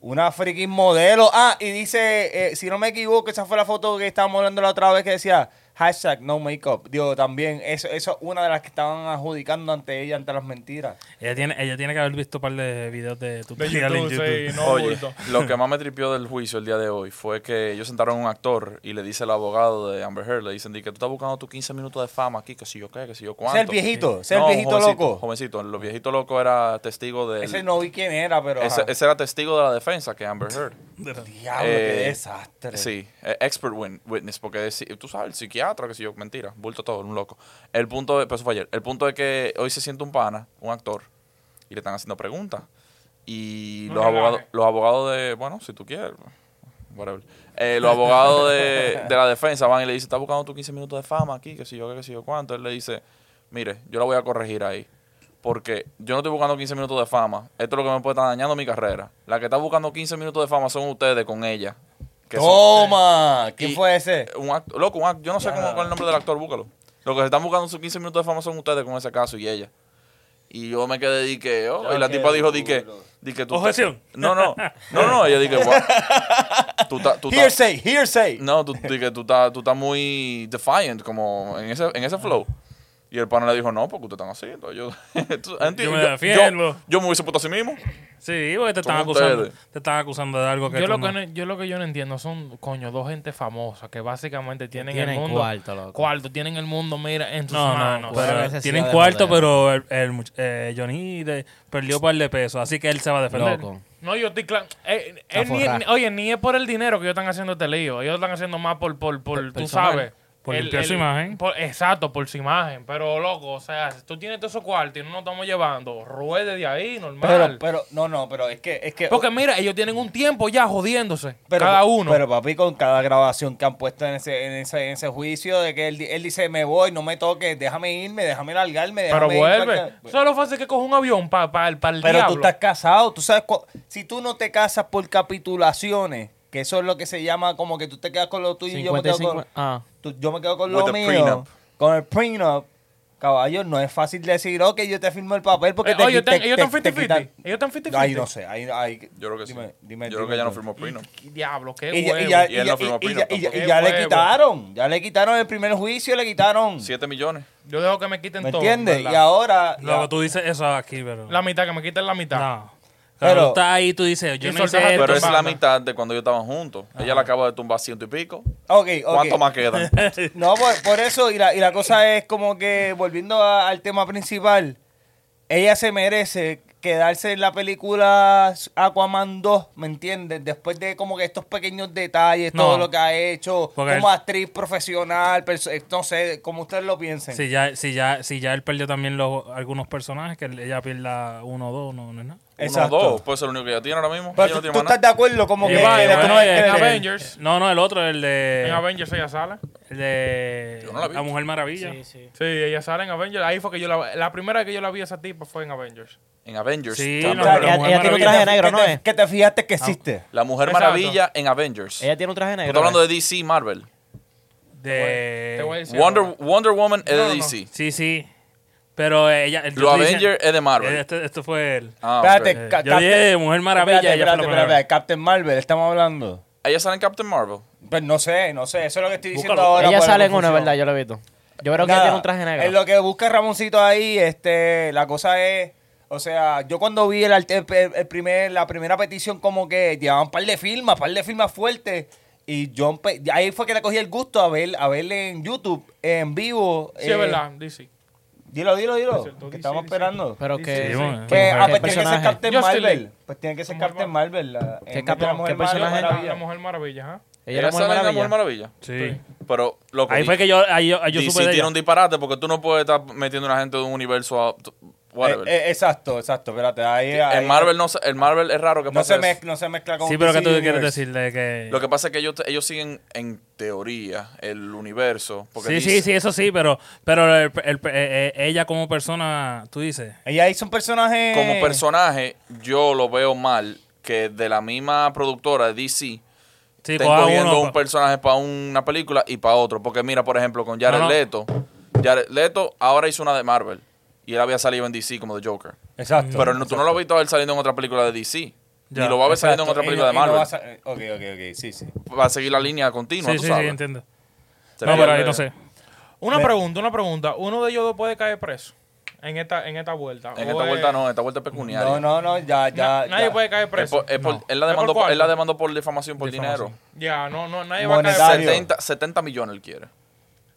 S5: Una freaking modelo. Ah, y dice, eh, si no me equivoco, esa fue la foto que estábamos hablando la otra vez que decía hashtag no makeup. Digo, también, eso, eso es una de las que estaban adjudicando ante ella, ante las mentiras.
S3: Ella tiene, ella tiene que haber visto un par de videos de
S2: De
S3: tutorial en
S2: YouTube,
S3: YouTube.
S2: sí, no
S1: Oye,
S2: bulto.
S1: lo que más me tripió del juicio el día de hoy fue que ellos sentaron a un actor y le dice el abogado de Amber Heard, le dicen, di que tú estás buscando tus 15 minutos de fama aquí, que si yo qué, que si yo cuánto.
S5: Ser viejito, ser
S1: No,
S5: viejito
S1: jovencito,
S5: loco.
S1: Jovencito, los viejitos locos era testigo de...
S5: Ese no vi quién era, pero.
S1: ese,
S5: ajá.
S1: ese era testigo de la defensa que Amber Heard.
S5: Diablo,
S1: eh,
S5: qué desastre.
S1: Sí, eh, expert win- witness, porque si- tú sabes, el psiquiatra, que si yo, mentira, bulto todo, un loco. El punto, de, pero eso fue ayer, el punto es que hoy se siente un pana, un actor, y le están haciendo preguntas. Y
S2: No
S1: los,
S2: relaje.
S1: abogados, los abogados de, bueno, si tú quieres, whatever. Eh, los abogados de, de la defensa van y le dicen, estás buscando tus 15 minutos de fama aquí, que si yo, qué, que si yo cuánto. Él le dice, mire, yo la voy a corregir ahí. Porque yo no estoy buscando 15 minutos de fama. Esto es lo que me puede estar dañando mi carrera. La que está buscando 15 minutos de fama son ustedes con ella. Que son-
S5: Toma, ¿quién
S1: Y-
S5: fue ese?
S1: Eh, un acto, loco, un acto, yo no sé cómo, cuál es el nombre del actor, búscalo. Lo que se están buscando sus 15 minutos de fama son ustedes con ese caso y ella. Y yo me quedé di que, oh, y la tipa dijo di que, di que tú.
S3: Objeción.
S1: No, no, no, no, ella di que, "Guau, tú ta- tú ta-
S5: Hearsay, hearsay.
S1: no, tú, di que tú estás tú estás muy defiant, como en ese, en ese flow. Y el pana le dijo, no, porque ustedes están así. entonces yo, entonces, enti-
S3: Yo me
S1: yo-
S3: defiendo.
S1: yo- yo me hubiese puesto así mismo.
S3: Sí, porque te están
S1: Son
S3: acusando.
S1: ustedes.
S3: Te están acusando de algo que.
S2: Yo
S3: tú
S2: lo que,
S3: no-
S2: no, yo lo que yo no entiendo son, coño, dos gente famosa que básicamente tienen, el
S4: tienen
S2: mundo.
S4: cuarto, loco.
S2: Cuarto, tienen el mundo, mira, en sus
S3: No, no,
S2: manos.
S3: pero
S4: Pero necesidad
S3: tienen
S4: de
S3: cuarto,
S4: joder.
S3: pero el, el much- eh, Johnny de- perdió un par de pesos, así que él se va a defender.
S4: Loco.
S2: No, yo estoy claro. Eh,
S4: A
S2: eh, ni-
S4: forrar.
S2: ni- oye, ni es por el dinero que ellos están haciendo este lío. Ellos están haciendo más por, por, por, tú
S4: personal.
S2: sabes.
S3: Por limpiar su imagen.
S2: por- exacto, por su imagen. Pero, loco, o sea, si tú tienes todo eso cuarto y no nos estamos llevando, ruede de ahí, normal.
S5: Pero, pero, no, no, pero es que, es que.
S2: Porque mira, ellos tienen un tiempo ya jodiéndose.
S5: Pero-
S2: cada uno.
S5: Pero papi, con cada grabación que han puesto en ese, en ese, en ese juicio, de que él, di- él dice, me voy, no me toques, déjame irme, déjame largarme, déjame
S2: Pero
S5: ir".
S2: vuelve. Solo fácil que coge un avión para el, pa el
S5: Pero
S2: diablo.
S5: tú estás casado, tú sabes, cu- si tú no te casas por capitulaciones, que eso es lo que se llama como que tú te quedas con lo tuyo y yo me quedo
S4: 55
S5: con,
S4: Ah.
S5: tú- yo me quedo con
S1: With
S5: lo
S1: the
S5: mío.
S1: prenup.
S5: Con el prenup, caballo, no es fácil decir, ok, yo te firmo el papel porque
S2: Eh,
S1: oh,
S5: te,
S2: oye,
S5: qui-
S2: están-
S5: te-
S2: ellos
S5: te-
S2: están
S5: te
S2: 50-50.
S5: quitan-
S2: Ellos están 50-50.
S5: Ay, no sé, ahí, ahí-
S1: Yo creo que sí.
S5: dime- dime-
S1: yo creo que
S5: dime
S1: ella no
S5: tú.
S1: firmó Prino.
S2: Diablo, qué
S5: Y ya, y
S2: huevo.
S5: ya-
S1: Y él
S5: y ya-
S1: no firmó
S5: y- y
S1: Pino
S5: ya- y ya-
S1: tampoco.
S5: y ya le
S2: Qué huevo.
S5: quitaron, ya le quitaron el primer juicio, le quitaron.
S1: 7 millones.
S2: Yo dejo que me quiten
S5: ¿Me
S2: todo.
S5: entiendes?
S2: ¿verdad?
S5: Y ahora. ya-
S3: Luego tú dices eso aquí, pero.
S2: La mitad, que me quiten la mitad.
S3: No.
S5: Pero-
S3: Pero está ahí tú dices, yo
S2: Y
S3: no hice
S2: soltaste-
S3: esto.
S1: Pero es la
S2: banda.
S1: mitad de cuando yo estaban juntos. Ella le acaba de tumbar ciento y pico.
S5: Ok, ok.
S1: ¿Cuánto más quedan?
S5: No, por, por eso, y la, y la cosa es como que, volviendo a- al tema principal, ella se merece quedarse en la película Aquaman 2, ¿me entiendes? Después de como que estos pequeños detalles,
S3: No.
S5: todo lo que ha hecho,
S3: Porque
S5: como
S3: él-
S5: actriz profesional, perso- eh, no sé, como ustedes lo piensen.
S3: Si ya, si, ya, si ya él perdió también los, algunos personajes, que ella pierda uno o dos, no, no es nada.
S5: Exacto.
S1: Uno, dos. Puede ser el único que ella tiene ahora mismo.
S5: Pero
S1: Ella no
S5: tú, tú
S1: tiene más
S5: estás de
S1: nada.
S5: acuerdo como
S2: Y
S5: que...
S2: va, y
S5: que
S2: va,
S5: tú
S2: no,
S5: no-
S2: y en
S5: que-
S2: Avengers.
S3: Eh, No, no, el otro, el de.
S2: En Avengers ella sale.
S3: El de.
S1: Yo no la
S3: la,
S1: vi.
S3: Mujer Maravilla.
S4: Sí, sí.
S2: Sí, ella sale en Avengers. Ahí fue que yo la... La primera que yo la vi a esa tipa fue en Avengers.
S1: En Avengers.
S3: Sí,
S1: Está-
S3: no,
S5: O sea,
S3: pero
S5: que-
S3: la Mujer
S4: ella tiene un
S5: que
S4: traje
S3: Maravilla-
S5: te-
S4: negro,
S5: que
S4: ¿no
S5: te-
S4: es?
S5: Que te fijaste que existe.
S1: La Mujer
S2: Exacto.
S1: Maravilla en Avengers.
S4: Ella tiene un traje negro.
S1: Estoy hablando de DC Marvel.
S3: De.
S2: Te voy a decir.
S1: Eh, Wonder, Wonder Woman es
S2: No,
S1: de
S2: no.
S1: DC.
S3: Sí, sí. Pero eh, ella. yo
S1: Los
S3: estoy diciendo-
S1: Avengers es de Marvel.
S3: Eh, este- esto fue él.
S1: Ah, ok.
S5: Espérate,
S3: Eh,
S5: Ca-
S3: yo dije Mujer Maravilla.
S5: Espérate, espérate,
S3: ella fue la
S5: espérate,
S3: primera vez.
S5: Captain Marvel, estamos hablando.
S1: Ella sale en Captain Marvel.
S5: Pues no sé, no sé, eso es lo que estoy diciendo
S3: Búscalo.
S5: ahora.
S4: Ella
S5: por la
S4: sale en una,
S5: confusión.
S4: ¿verdad? Yo lo he visto. Yo creo que
S5: Nada,
S4: ella tiene un traje negro.
S5: En lo que busca Ramoncito ahí, este, la cosa es, O sea, yo cuando vi el, arte- el- el primer, la primera petición, como que llevaban un par de firmas, par de firmas fuertes. Y yo empe- ahí fue que le cogí el gusto a ver, a verle en YouTube, en vivo.
S2: Sí,
S5: eh,
S2: es verdad, DC.
S5: Dilo, dilo, dilo.
S2: cierto,
S5: que
S2: dice,
S5: estamos
S2: dice.
S5: esperando.
S4: Pero
S2: Sí,
S4: que.
S2: sí,
S3: bueno.
S5: Que, ah,
S4: ¿Qué
S5: pues tiene que ser
S4: personaje?
S5: Captain
S2: Justin
S5: Marvel.
S2: Lee.
S5: Pues tiene que ser
S2: Como
S5: Captain
S2: Marvel.
S5: Marvel. La, en vez de
S4: Cap-
S5: la
S4: qué
S5: Mujer
S4: personaje?
S5: Maravilla.
S2: La, la Mujer Maravilla, ¿ah? ajá.
S4: Ella era
S1: sale
S4: muy
S1: en la Mujer
S4: maravilla.
S1: Maravilla.
S3: Sí.
S1: Pero, loco,
S3: Ahí
S1: di-
S3: fue que yo, ahí yo, ahí yo
S1: DC
S3: supe de
S1: tiene
S3: ella.
S1: un disparate porque tú no puedes estar metiendo a una gente de un universo a... Whatever.
S5: Eh, eh, exacto, exacto. Espérate. Ahí, ahí-
S1: el, Marvel no, se- el Marvel es raro que
S5: no
S1: pase
S5: se,
S1: eso.
S5: mezcla, no se mezcla con pues.
S3: Sí, pero que tú
S5: DC
S3: quieres
S5: Universe.
S3: decirle que...
S1: Lo que pasa es que ellos, ellos siguen en teoría el universo. Porque
S3: Sí,
S1: dice-
S3: sí, sí, eso sí, pero, pero el- el- eh, eh, ella como persona, tú dices...
S5: Ella hizo un personaje.
S1: Como personaje, yo lo veo mal que de la misma productora de DC
S3: Sí,
S1: estén
S3: coja
S1: cogiendo
S3: uno,
S1: un personaje para una película y para otro. Porque mira, por ejemplo, con Jared
S3: No, no.
S1: Leto. Jared Leto ahora hizo una de Marvel. Y él había salido en DC como The Joker.
S5: Exacto.
S1: Pero no, tú no lo has visto a él saliendo en otra película de DC.
S3: Ya,
S1: ni lo va a ver saliendo en
S5: Exacto,
S1: otra
S5: y
S1: película
S5: no-
S1: de
S5: y no
S1: Marvel.
S5: va a sa- eh, ok, ok, ok. Sí, sí.
S1: va a seguir la línea continua,
S3: sí,
S1: tú
S3: sí, sí,
S1: sabes.
S3: entiendo.
S1: Sería
S3: no, pero ahí
S1: de-
S3: no sé.
S2: Una pregunta, una pregunta. ¿Uno de ellos dos puede caer preso en esta, en esta vuelta?
S1: En
S2: ¿O
S1: esta
S2: es-
S1: vuelta no, en esta vuelta es pecuniaria.
S5: No, no, no. Ya, ya.
S2: na- nadie
S5: ya.
S2: puede caer
S1: Es
S2: preso.
S1: por- es por-
S3: No.
S1: él, la
S2: Es por
S1: demandó por, él la
S2: cuarto.
S1: demandó por difamación por
S3: Difamación.
S1: dinero.
S2: Ya, no, no, nadie va a caer
S5: Monetario.
S2: preso.
S1: 70, 70 millones él quiere.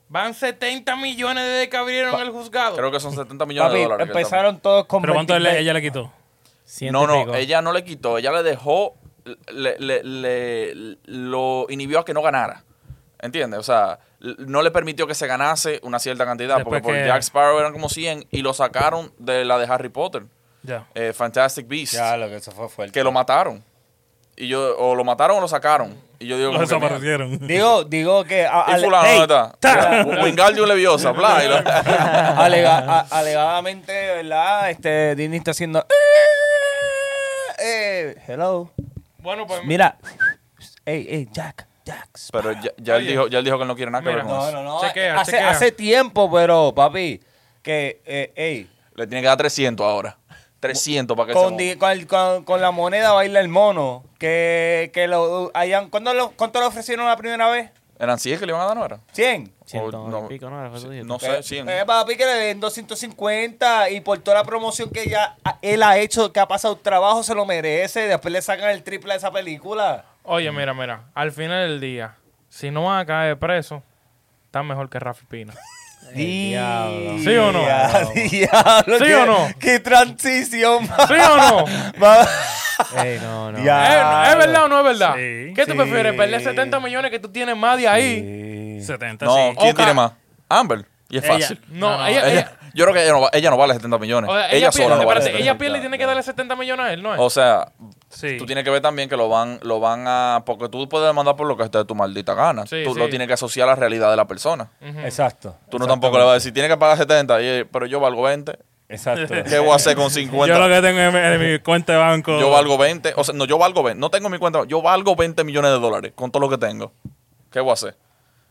S2: Van 70 millones desde que abrieron el juzgado.
S1: Creo que son 70 millones
S5: Papi,
S1: de dólares. que
S5: empezaron todos con.
S3: ¿Pero cuánto
S5: 20
S3: le- ella le quitó?
S1: estamos-
S4: Ciento y
S1: No,
S4: pico.
S1: no, ella no le quitó, ella le dejó, le, le- le- lo inhibió a que no ganara. ¿Entiendes? O sea, l- no le permitió que se ganase una cierta cantidad,
S3: Después
S1: porque
S3: que-
S1: por Jack Sparrow eran como 100 y lo sacaron de la de Harry Potter,
S3: Ya.
S1: eh, Fantastic Beasts.
S5: Ya, lo que eso fue fuerte.
S1: que lo mataron. Y yo, o lo mataron o lo sacaron. Y yo digo,
S3: Lo
S1: como que,
S3: desaparecieron.
S5: Digo, digo que. a-
S1: mira, y
S5: ale-
S1: fulano,
S5: Ey,
S1: ¿dónde está? Mira, Wingardium Leviosa, bla, y lo-
S5: alega- a- alegadamente, ¿verdad? Este Disney está haciendo. Eh, hello.
S2: Bueno, pues
S5: Mira. Ey, ey, Jack. Jack.
S1: Pero ya, ya él
S2: Oye.
S1: dijo, ya él dijo que él no quiere nada que
S2: Mira.
S1: ver con
S5: No,
S1: eso.
S5: no, no.
S2: Chequea,
S5: hace,
S2: chequea.
S5: hace tiempo, pero, papi, que, eh, ey,
S1: Le tiene que dar 300 ahora. 300 para que
S5: con,
S1: se
S5: di- con, el- con- con la moneda baila el mono. Que, que lo hayan. ¿cuándo lo, ¿Cuánto le ofrecieron la primera vez?
S1: mueva. ¿Eran 100 que le iban a dar, no era?
S5: ¿100?
S4: Ciento
S1: O no,
S4: y pico, ¿no? Era lo que tú dijiste.
S1: No
S5: Eh,
S1: sé, 100.
S5: eh, papi, que le den 250 y por toda la promoción que ya a- él ha hecho, que ha pasado trabajo, se lo merece. Después le sacan el triple a esa película.
S2: Oye, mira, mira, al final del día, si no van a caer preso, está mejor que Rafi Pina.
S5: Diablo.
S2: ¿Sí o no?
S5: Diablo,
S2: ¿Sí
S5: qué-
S2: o no?
S5: Qué transición.
S2: ¿Sí o no?
S5: va-
S4: Ey, no, no.
S2: ¿Es,
S5: Diablo.
S2: es verdad o no es verdad?
S3: Sí.
S2: ¿Qué tú
S5: Sí.
S2: prefieres? ¿Perder 70 millones que tú tienes más de ahí?
S3: 70,
S1: No,
S3: sí.
S1: ¿quién
S2: Ok.
S1: tiene más? Amber. Y es
S3: Ella.
S1: fácil.
S2: No,
S3: No, no,
S2: ella,
S1: Ella-
S2: ella-
S1: yo creo que ella no, va- ella no vale 70 millones.
S2: o sea,
S1: ella,
S2: ella
S1: sola
S2: pierde,
S1: no vale
S2: espérate,
S1: 70
S2: ella
S1: millones.
S2: pierde y tiene que darle 70 millones a él, ¿no es?
S1: O sea,
S3: Sí.
S1: tú tienes que ver también que lo van lo van a... Porque tú puedes demandar por lo que esté de tu maldita gana.
S2: Sí,
S1: tú
S2: sí.
S1: lo tienes que asociar a la realidad de la persona.
S5: Exacto.
S1: Tú no tampoco le vas a decir, tiene que pagar 70, y, eh, pero yo valgo 20.
S5: Exacto.
S1: ¿Qué voy a hacer con 50?
S3: Yo
S1: Yo,
S3: lo que tengo en, en mi cuenta de banco...
S1: valgo 20. O sea, no, yo valgo 20. No tengo en mi cuenta. Yo valgo 20 millones de dólares con todo lo que tengo. ¿Qué voy a hacer?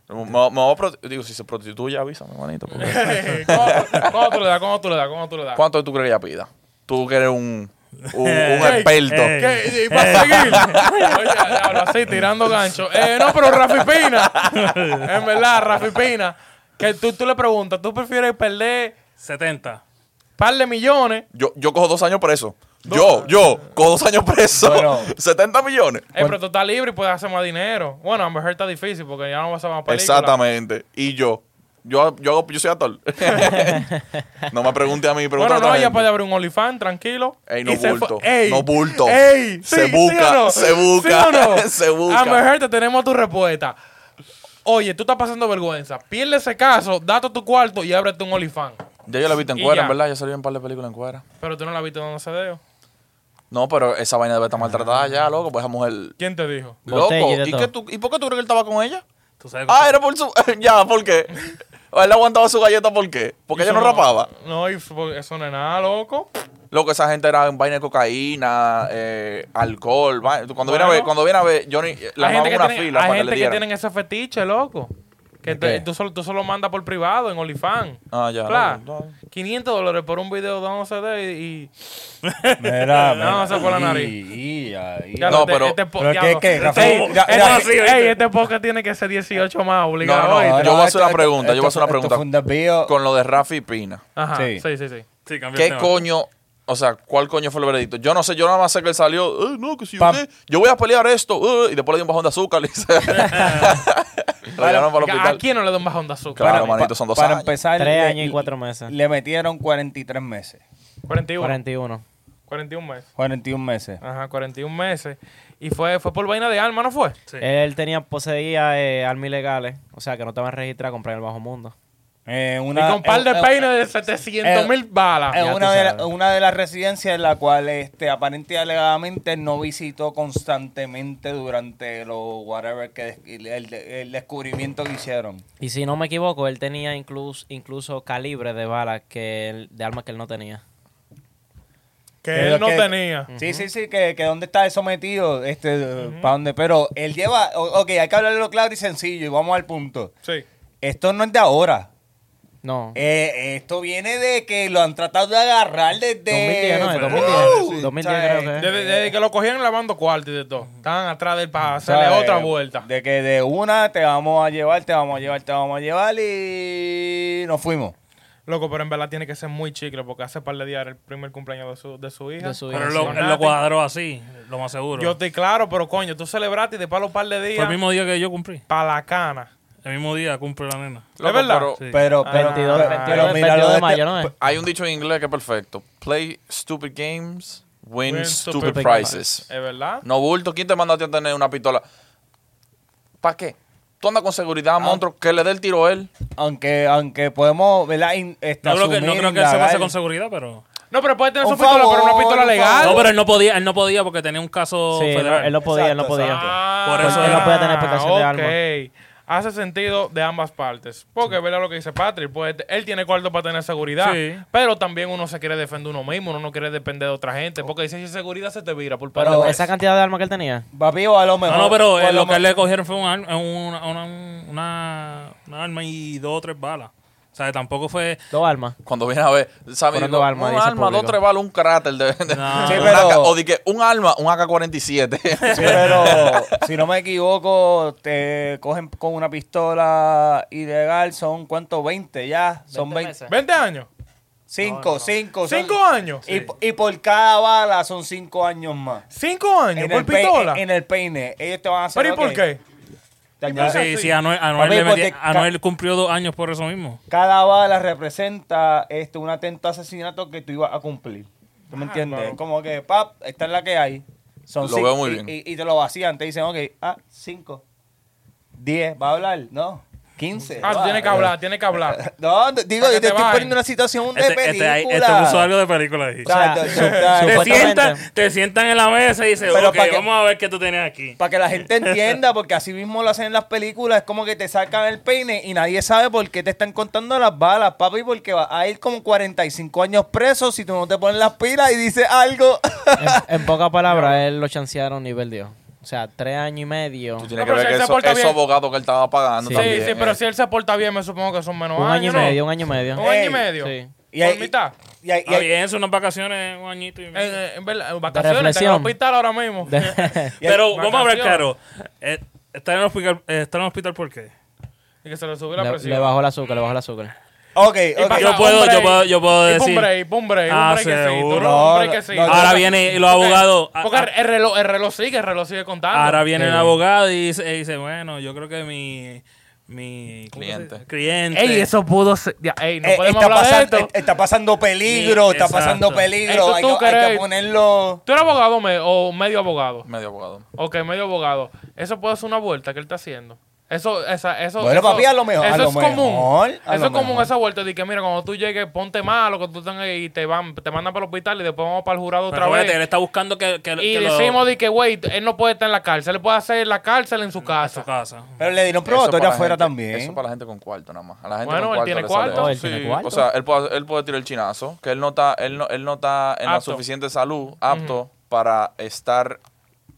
S1: Me, me voy a pro- digo, si se prostituye, avísame, manito. porque-
S2: ¿Cómo, cómo tú le das? ¿Cómo tú le das? ¿Cómo tú le das?
S1: ¿Cuánto tú crees que ella pida? Tú que eres un, un, un experto.
S3: ey.
S2: ¿Qué? ¿Y va a seguir? Oye, diablo, así, tirando gancho. Eh, no, pero Rafi Pina. en verdad, Rafi Pina. Que tú, tú le preguntas, ¿tú prefieres perder
S3: 70.
S2: par de millones?
S1: Yo, yo cojo dos años preso. Yo, yo, cojo dos años preso.
S5: Bueno.
S1: 70 millones.
S2: Eh, pero tú estás libre y puedes hacer más dinero. Bueno, Amber Heard está difícil porque ya no vas a hacer más películas.
S1: Exactamente. Y yo. Yo, yo, hago- yo soy actor. no me pregunte a mí,
S2: Bueno,
S1: pregunta a otra
S2: no, ella
S1: gente.
S2: puede abrir un OnlyFans, tranquilo.
S1: Ey, no
S2: Y se
S1: bulto,
S2: fue- ey,
S1: no bulto.
S2: Ey,
S1: Se
S2: sí,
S1: busca,
S2: ¿sí o no?
S1: se busca,
S2: ¿Sí o no?
S1: se busca.
S2: Amber Heard, te tenemos tu respuesta. Oye, tú estás pasando vergüenza. Pierde ese caso, date tu cuarto y ábrete un OnlyFans.
S1: Ya yo la he visto en
S2: Y ya.
S1: cuera, en verdad. Ya salió en un par de películas en cuera.
S2: Pero tú no la viste donde se dio.
S1: No, pero esa vaina debe estar maltratada ya, loco. Pues esa mujer.
S2: ¿Quién te dijo?
S1: Loco.
S4: Botella y de
S1: ¿Y,
S4: todo.
S1: qué tú- ¿Y por qué tú crees que él estaba con ella?
S3: Tú sabes
S1: Ah, era por su. ya, ¿por qué? Él aguantaba su galleta, ¿por qué? Porque ella
S2: Eso
S1: no rapaba.
S2: No, y f- eso no es nada, loco.
S1: Loco, esa gente era en vaina de cocaína, eh, alcohol. va- Cuando, viene a ver,
S2: Bueno.
S1: cuando viene a ver, Johnny, eh, le
S2: hay gente,
S1: armaban
S2: que
S1: una
S2: tienen,
S1: fila
S2: hay
S1: para que
S2: gente
S1: le
S2: que
S1: dieran.
S2: tienen ese fetiche, loco. Que te-
S5: qué?
S2: tú, solo, tú solo mandas por privado en OnlyFans.
S1: Ah, ya,
S2: Pla,
S1: no, no.
S2: 500 dólares por un video de 11 de y...
S5: Mira,
S2: No, eso por la nariz.
S5: Y, y, ahí.
S2: Ya
S1: No,
S2: lo- este
S1: pero-
S2: po-
S5: ¿Pero
S2: ya
S5: qué,
S2: lo-
S5: qué, Rafa?
S2: Ey,
S5: Ya- Ah,
S2: este-
S5: ya-
S2: ey, ey, este podcast tiene que ser 18 más
S1: No,
S2: obligado.
S1: no,
S2: ¿oíste?
S1: yo voy a hacer
S5: esto-
S1: una pregunta, yo voy a hacer una
S5: esto- esto
S1: pregunta.
S5: fue un desvío.
S1: Con lo de Rafi Pina.
S2: Ajá,
S5: Sí.
S2: sí, sí, sí.
S3: Sí, cambió el
S1: ¿Qué
S3: tema.
S1: coño O sea, ¿cuál coño fue el veredicto? Yo no sé, yo nada más sé que él salió, "Eh, no, que si
S5: Pam.
S1: usted, yo voy a pelear esto, eh", y después le dio un bajón de azúcar. y se- Lo llevaron para el
S2: ¿A
S1: hospital.
S2: quién no le da un bajón de azúcar?
S1: Claro,
S5: Para-
S1: manito, son dos
S5: para
S1: años.
S5: empezar,
S4: Tres
S5: le-
S4: años y cuatro meses.
S5: Le metieron 43 meses.
S2: 41.
S4: 41.
S2: 41 meses.
S5: 41 meses.
S2: Ajá, 41 meses. Y fue, fue por vaina de alma, ¿no fue?
S3: Sí.
S4: Él tenía, poseía eh, armas ilegales, o sea, que no estaban registradas a comprar en el bajo mundo.
S5: Eh,
S2: Y
S5: una,
S2: con un par de
S5: eh, eh,
S2: peines de 700 mil balas.
S5: Es
S4: Ya
S5: una
S4: tú
S5: de, la-
S4: sabes.
S5: una de las residencias en la cual este, aparente y alegadamente no visitó constantemente durante lo whatever que des- el, el- el descubrimiento que hicieron.
S4: Y si no me equivoco, él tenía incluso, incluso calibre de balas que él- de armas que él no tenía.
S2: Que él
S5: Pero
S2: no
S5: que- Mm.
S2: tenía.
S5: Sí, sí, sí, que, que dónde está eso metido, este, para dónde, pero él lleva, o- ok, hay que hablarlo claro y sencillo y vamos al punto.
S2: Sí.
S5: Esto no es de ahora.
S4: No.
S5: Eh, esto viene de que lo han tratado de agarrar desde
S4: 2010,
S5: Uh,
S4: ¿no? Es 2010. 2010 creo que es.
S3: Eh,
S2: Desde, desde que lo cogían lavando cuartos y de todo. Estaban atrás de él para hacerle
S5: ¿Sabes?
S3: eh,
S2: otra vuelta.
S5: De que de una te vamos a llevar, te vamos a llevar, te vamos a llevar y nos fuimos.
S2: Loco, pero en verdad tiene que ser muy chicle porque hace par de días era el primer cumpleaños de su, de su hija.
S4: De su hija.
S3: Pero él
S2: Sí.
S3: lo, él lo cuadró así, lo más seguro.
S2: Yo estoy claro, pero coño, tú celebraste y después a los par de
S3: Fue el
S2: días
S3: mismo día que yo cumplí.
S2: para la cana.
S3: El mismo día cumple la nena.
S1: Loco,
S2: ¿Es verdad?
S1: pero
S3: Sí.
S5: Pero, pero,
S4: 22, 22,
S5: pero- pero
S4: 22
S5: mira lo
S4: de
S5: este-
S4: mayo, ¿no es?
S1: Hay un dicho en inglés que es perfecto. Play stupid games, win,
S2: Win
S1: stupid,
S2: stupid
S1: prizes.
S2: ¿Es verdad?
S1: No bulto, ¿quién te manda a ti a tener una pistola? ¿Para qué? Tú andas con seguridad, monstruo, que le dé el tiro a él.
S5: Aunque, aunque podemos, ¿verdad? In- este,
S3: No creo que, no
S5: asumir,
S3: creo que él se pase
S5: indagar.
S3: con seguridad, pero.
S2: No, pero puede tener
S5: Un
S2: su pistola,
S5: favor,
S2: pero una pistola
S5: un
S2: legal.
S1: Ah,
S5: favor.
S3: No, pero él no podía, él no podía porque tenía un caso
S4: Sí, él, no-
S3: federal.
S4: él no podía, él no
S5: Exacto,
S4: podía.
S2: Ah,
S3: Por eso
S2: ya.
S3: él no
S4: puede tener protección de armas.
S2: Ok. Hace sentido de ambas partes. Porque, ¿verdad lo que dice Patrick? Pues él tiene cuarto para tener seguridad.
S3: Sí.
S2: Pero también uno se quiere defender uno mismo, uno no quiere depender de otra gente. Porque dice, si seguridad se te vira por par de
S4: Pero
S5: Pues.
S2: veces.
S4: esa cantidad de armas que él tenía.
S5: Papi, o a lo mejor.
S3: No, no, pero
S5: o a
S3: eh, lo que
S5: mejor-
S3: le cogieron fue un ar- eh, una, una, una- una arma y dos o tres balas. O sea, que tampoco fue...
S4: Dos armas.
S1: Cuando viene a ver, Sammy
S4: Fueron
S1: dijo,
S4: dos armas,
S1: un
S4: dice el
S1: arma, dos,
S4: público.
S1: tres balas, un cráter. De, de-
S3: No.
S5: Sí,
S1: un
S5: pero-
S1: AK, o di que un arma, un AK-47.
S5: Sí, pero si no me equivoco, te cogen con una pistola ilegal, son ¿cuánto? 20 ya. Son 20.
S4: meses.
S2: 20 años.
S5: 5, 5.
S2: ¿Cinco años?
S5: Y, y por cada bala son 5 años más.
S2: ¿Cinco años?
S5: En
S2: ¿Por
S5: el, pe-
S2: pistola?
S5: en el peine. Ellos te van a hacer.
S2: ¿Pero y por
S5: ok,
S2: qué?
S5: te
S3: Pero
S5: añaden-
S3: sí, sí, Anuel, Anuel,
S5: Papi,
S3: le metía-
S5: porque ca-
S3: Anuel cumplió dos años por eso mismo.
S5: Cada bala representa este, un atento asesinato que tú ibas a cumplir. ¿Tú
S2: Ah,
S5: me entiendes? Como que, pap, esta es la que hay. Son
S1: Lo
S5: cinco-
S1: veo muy
S5: y,
S1: bien.
S5: Y, y te lo vacían. Te dicen, ok, ah, cinco. Diez. ¿Va a hablar? No. Quince.
S2: Ah, tú
S5: va.
S2: tienes que hablar, tienes que hablar.
S5: No, d- digo,
S2: Para que
S5: yo te
S2: te
S5: estoy
S2: bajen.
S5: poniendo una situación de
S3: Este, este,
S5: película.
S3: ahí- este puso algo de película ahí.
S5: O sea,
S4: O sea,
S5: yo- yo-
S3: Te
S4: supuestamente-
S3: sientan, te sientan en la mesa y dicen,
S5: Pero
S3: ok,
S5: pa' que-
S3: vamos a ver qué tú tienes aquí.
S5: Para que la gente entienda, porque así mismo lo hacen en las películas, es como que te sacan el peine y nadie sabe por qué te están contando las balas, papi, porque va a ir como 45 años preso si tú no te pones las pilas y dices algo.
S4: En, en pocas palabras, él lo chancearon y perdió. O sea, tres años y medio.
S1: Tú
S2: No,
S1: tienes que
S2: pero si
S1: ver
S2: él
S1: que
S2: se
S1: eso-
S2: porta
S1: esos
S2: bien.
S1: abogados que él estaba pagando
S4: Sí,
S2: Sí,
S1: también.
S2: sí, pero si él se porta bien, me supongo que son menos
S4: Un
S3: Ah,
S4: año
S2: años.
S4: y
S2: ¿no?
S4: medio, un año y medio.
S2: Un año y
S5: Ey.
S2: medio.
S4: Sí.
S5: Y
S2: Por
S5: ahí-
S2: mitad.
S5: Y ahí- y
S3: Ah,
S5: ahí-
S3: bien, son unas vacaciones, un añito y medio.
S2: En, en verdad, en vacaciones, está en el
S4: reflexión.
S2: hospital ahora mismo.
S4: De-
S3: Pero vamos a hablar
S2: vacaciones.
S3: claro. Eh, está, en el hospital, eh, está en el hospital ¿por qué?
S2: y que se le subió la
S4: le,
S2: presión.
S4: le bajó el azúcar, le bajó el azúcar.
S5: ok,
S2: Y
S5: ok.
S2: pasa
S3: Yo
S2: un
S3: puedo- yo
S2: break,
S3: puedo- yo puedo
S2: y pa'
S3: decir-
S2: Un break, pa' un break, un
S3: Ah,
S2: breakecito,
S3: seguro.
S2: ¿no? Un
S5: No,
S2: breakecito.
S5: no,
S3: Ahora vienen los
S2: Porque-
S3: abogados.
S2: Porque
S3: ah,
S2: el- el reloj, el reloj sigue, el reloj sigue contando.
S3: Ahora viene el
S4: Sí.
S3: abogado y dice, y dice, bueno, yo creo que mi, mi ¿cómo se
S1: Cliente.
S3: dice? cliente
S2: Ey, eso pudo ser. ya, ey, no
S5: Eh,
S2: podemos
S5: está,
S2: hablar
S5: pasando,
S2: de esto.
S5: eh, está pasando peligro,
S3: Sí,
S5: está pasando
S3: exacto.
S5: peligro.
S2: Eso
S5: hay,
S2: tú
S5: que, hay que
S2: crees.
S5: ponerlo.
S2: ¿Tú eres abogado me- o medio abogado?
S1: Medio abogado.
S2: Ok, medio abogado. Eso puede ser una vuelta que él está haciendo. Eso, esa, eso,
S5: Bueno,
S2: eso-
S5: papi, a lo mejor,
S2: Eso
S5: a lo
S2: es común.
S5: mejor, a
S2: eso
S5: lo
S2: es común,
S5: mejor.
S2: esa vuelta. De que, mira, cuando tú llegues, ponte malo, que tú tengas y te, van, te mandan para el hospital y después vamos para el jurado
S3: Pero
S2: otra
S3: espérate, él
S2: vez.
S3: está buscando que, que,
S2: Y
S3: que lo-
S2: decimos de que, güey, él no puede estar en la cárcel. Él puede hacer la cárcel en su casa.
S3: su casa.
S5: Pero le dieron
S1: Eso para
S5: probatoria
S1: la
S5: afuera
S1: gente-
S5: también.
S1: Eso para la gente con cuarto nada más. A la gente
S2: Bueno,
S1: con
S2: él
S1: cuarto
S2: tiene
S1: le
S2: cuarto.
S1: sale-
S4: Él tiene
S1: Sí,
S4: cuarto.
S1: O sea, él puede, él puede tirar el chinazo, que él no está, él no, él no está en la
S2: Apto.
S1: suficiente salud, apto para estar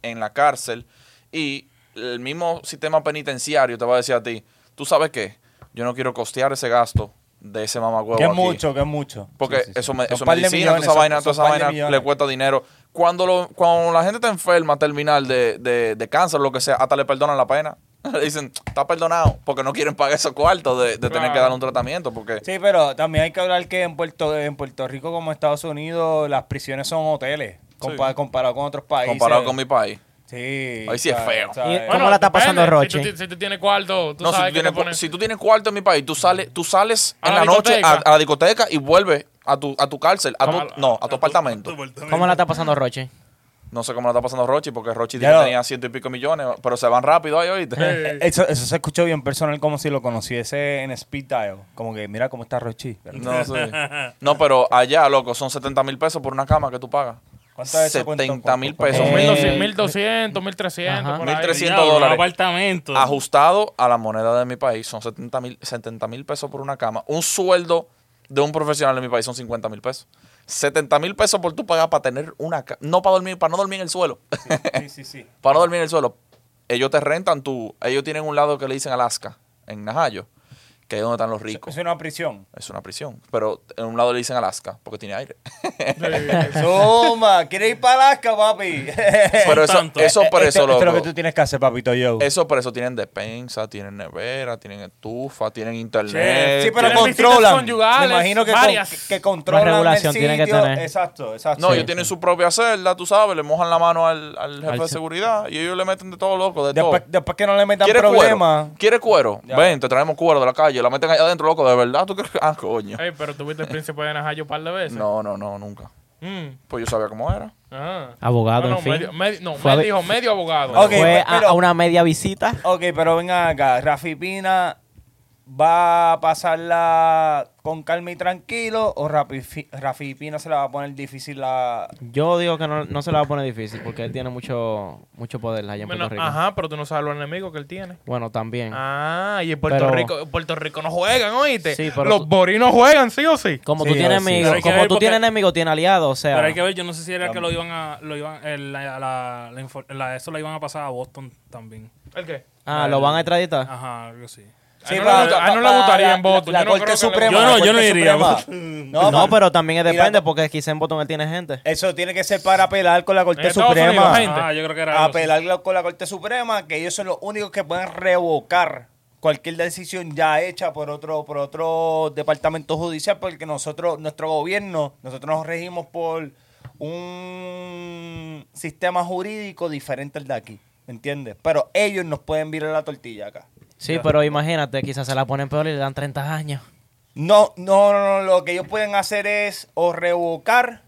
S1: en la cárcel. Y el mismo sistema penitenciario te va a decir a ti, tú sabes qué, yo no quiero costear ese gasto de ese mamagüevo
S5: que es
S1: aquí".
S5: mucho, que es mucho.
S1: Porque
S5: Sí, sí, sí.
S1: eso, me,
S5: Son
S1: eso
S5: par de
S1: medicina, toda
S5: millones,
S1: esa
S5: son-
S1: vaina, toda
S5: son
S1: esa
S5: par de
S1: vaina le
S5: millones.
S1: cuesta dinero. Cuando, lo, cuando la gente está enferma, terminal de, de, de cáncer, lo que sea, hasta le perdonan la pena. Le dicen, está perdonado, porque no quieren pagar esos cuartos de, de tener que
S2: Claro.
S1: dar un tratamiento, porque...
S5: Sí, pero también hay que hablar que en Puerto, en Puerto Rico como Estados Unidos las prisiones son hoteles compa- comparado con otros países.
S1: Comparado con mi país.
S5: Sí.
S1: Ahí sí es feo.
S5: ¿sabes?
S9: ¿Cómo la está pasando
S2: Eh,
S9: Eh.
S2: depende. Si
S9: Roche?
S2: tú, ti- si tú tienes cuarto, tú
S1: No, si tú,
S2: sabes que
S1: tienes,
S2: te pones-
S1: si tú tienes cuarto en mi país, tú sales, tú sales
S2: A
S1: en
S2: la
S1: la, noche a,
S2: discoteca.
S1: a la discoteca y vuelves a tu, a tu cárcel, a tu, no, a tu apartamento.
S9: ¿Cómo la está pasando Roche?
S1: No sé cómo la está pasando Rochi, porque Rochi
S5: Ya
S1: dijo que
S5: lo-
S1: tenía ciento y pico millones, pero se van rápido ahí, ¿oíste?
S2: Eh,
S5: Eso, eso se escuchó bien personal como si lo conociese en Speed Dial. Como que mira cómo está Rochi.
S1: No, sí. no, pero allá, loco, son 70 mil pesos por una cama que tú pagas.
S5: ¿Cuánto es eso? ¿Cuánto?
S1: 70 mil pesos.
S9: Eh,
S2: 1200,
S1: mil-
S2: 1200, 1300,
S9: Ajá.
S2: por ahí.
S1: 1300.
S3: Diablo,
S1: dólares.
S3: Un apartamento.
S1: ajustado a la moneda de mi país, son 70 mil 70 mil pesos por una cama. Un sueldo de un profesional en mi país son 50 mil pesos. 70 mil pesos por tú pagar para tener una cama. No para dormir, para no dormir en el suelo.
S5: Sí, sí, sí.
S1: para no dormir en el suelo. Ellos te rentan tu. Ellos tienen un lado que le dicen Alaska, en Najayo, que es donde están los ricos.
S5: Es una prisión.
S1: Es una prisión. Pero en un lado le dicen Alaska, porque tiene aire.
S5: Toma, ¿quieres ir para Alaska, papi?
S1: Pero eso,
S3: tanto.
S1: eso por eso,
S5: Este- esto es lo que
S1: loco.
S5: tú tienes que hacer, papito yo.
S1: Eso por eso tienen despensa, tienen nevera, tienen estufa, tienen internet.
S5: Eh, Sí, pero
S2: Tienen visitas
S5: controlan. Me
S2: conyugales,
S5: imagino que,
S2: varias.
S5: con- que controlan
S9: Más regulación
S5: el
S9: tiene que
S5: sitio.
S9: tener.
S5: Exacto, exacto.
S1: No,
S5: Sí.
S1: ellos tienen su propia celda, tú sabes, le mojan la mano al, al jefe
S9: Al
S1: de
S9: ce-
S1: seguridad y ellos le meten de todo loco, de
S5: Después,
S1: todo.
S5: después que no le metan
S1: ¿Quieres
S5: problemas.
S1: cuero? ¿Quieres cuero?
S5: Ya.
S1: Ven, te traemos cuero de la calle, la meten allá adentro, loco, de verdad, tú crees que- Ah, coño.
S2: Ey, pero tuviste el príncipe de Najayo un par de veces.
S1: No, no, no, nunca.
S2: Mm,
S1: Pues yo sabía cómo era.
S2: ajá.
S9: Abogado,
S2: No, no,
S9: en fin.
S2: medio- medio- no,
S9: Fue
S2: me
S9: a-
S2: dijo medio abogado.
S5: Ok, pues,
S9: Fue a,
S5: pero-
S9: a una media visita.
S5: Ok, pero venga acá. Rafi Pina va a pasarla con calma y tranquilo o Rafi, Fi- Rafi Pina se la va a poner difícil la...
S9: Yo digo que no, no se la va a poner difícil porque él tiene mucho, mucho poder allá en Puerto
S2: Bueno,
S9: Rico.
S2: ajá, pero tú no sabes los enemigos que él tiene.
S9: Bueno, también.
S2: Ah, y en Puerto
S9: Pero-
S2: Rico, en Puerto Rico no juegan, oíste.
S9: Sí, pero
S2: los
S9: tú-
S2: borinos juegan, sí o sí.
S9: Como
S5: Sí,
S9: tú tienes
S5: sí, sí.
S9: amigos,
S3: Pero hay que
S9: como
S3: ver
S9: tú
S3: porque-
S9: tienes enemigos, tienes aliados, o sea.
S3: Pero hay que ver, yo no sé si era que lo iban a. Lo iban, el- la, la- la infor- la- eso lo iban a pasar a Boston también.
S2: ¿El qué?
S9: Ah, lo van a extraditar.
S3: Ajá, algo así.
S2: Ah, no le gusta- ah, no le gustaría en voto.
S5: La,
S2: Yo no
S5: Corte
S2: creo que le-
S5: Suprema.
S3: Yo
S5: la
S3: no,
S5: Corte
S3: yo no iría,
S5: Suprema.
S3: pues.
S5: No,
S9: No,
S5: man,
S9: pero también es
S5: Mira,
S9: depende
S5: pa-
S9: porque quizá en Botón él tiene gente.
S5: Eso tiene que ser para apelar con la Corte
S2: En Estados
S5: Suprema.
S2: Unidos, gente.
S3: Ah, yo creo que era.
S5: a
S3: algo así.
S5: apelar la- con la Corte Suprema, que ellos son los únicos que pueden revocar cualquier decisión ya hecha por otro, por otro departamento judicial, porque nosotros, nuestro gobierno, nosotros nos regimos por un sistema jurídico diferente al de aquí, ¿me entiendes? Pero ellos nos pueden virar la tortilla acá.
S9: Sí, pero imagínate, quizás se la ponen peor y le dan 30 años.
S5: No, no, no, no, lo que ellos pueden hacer es o revocar,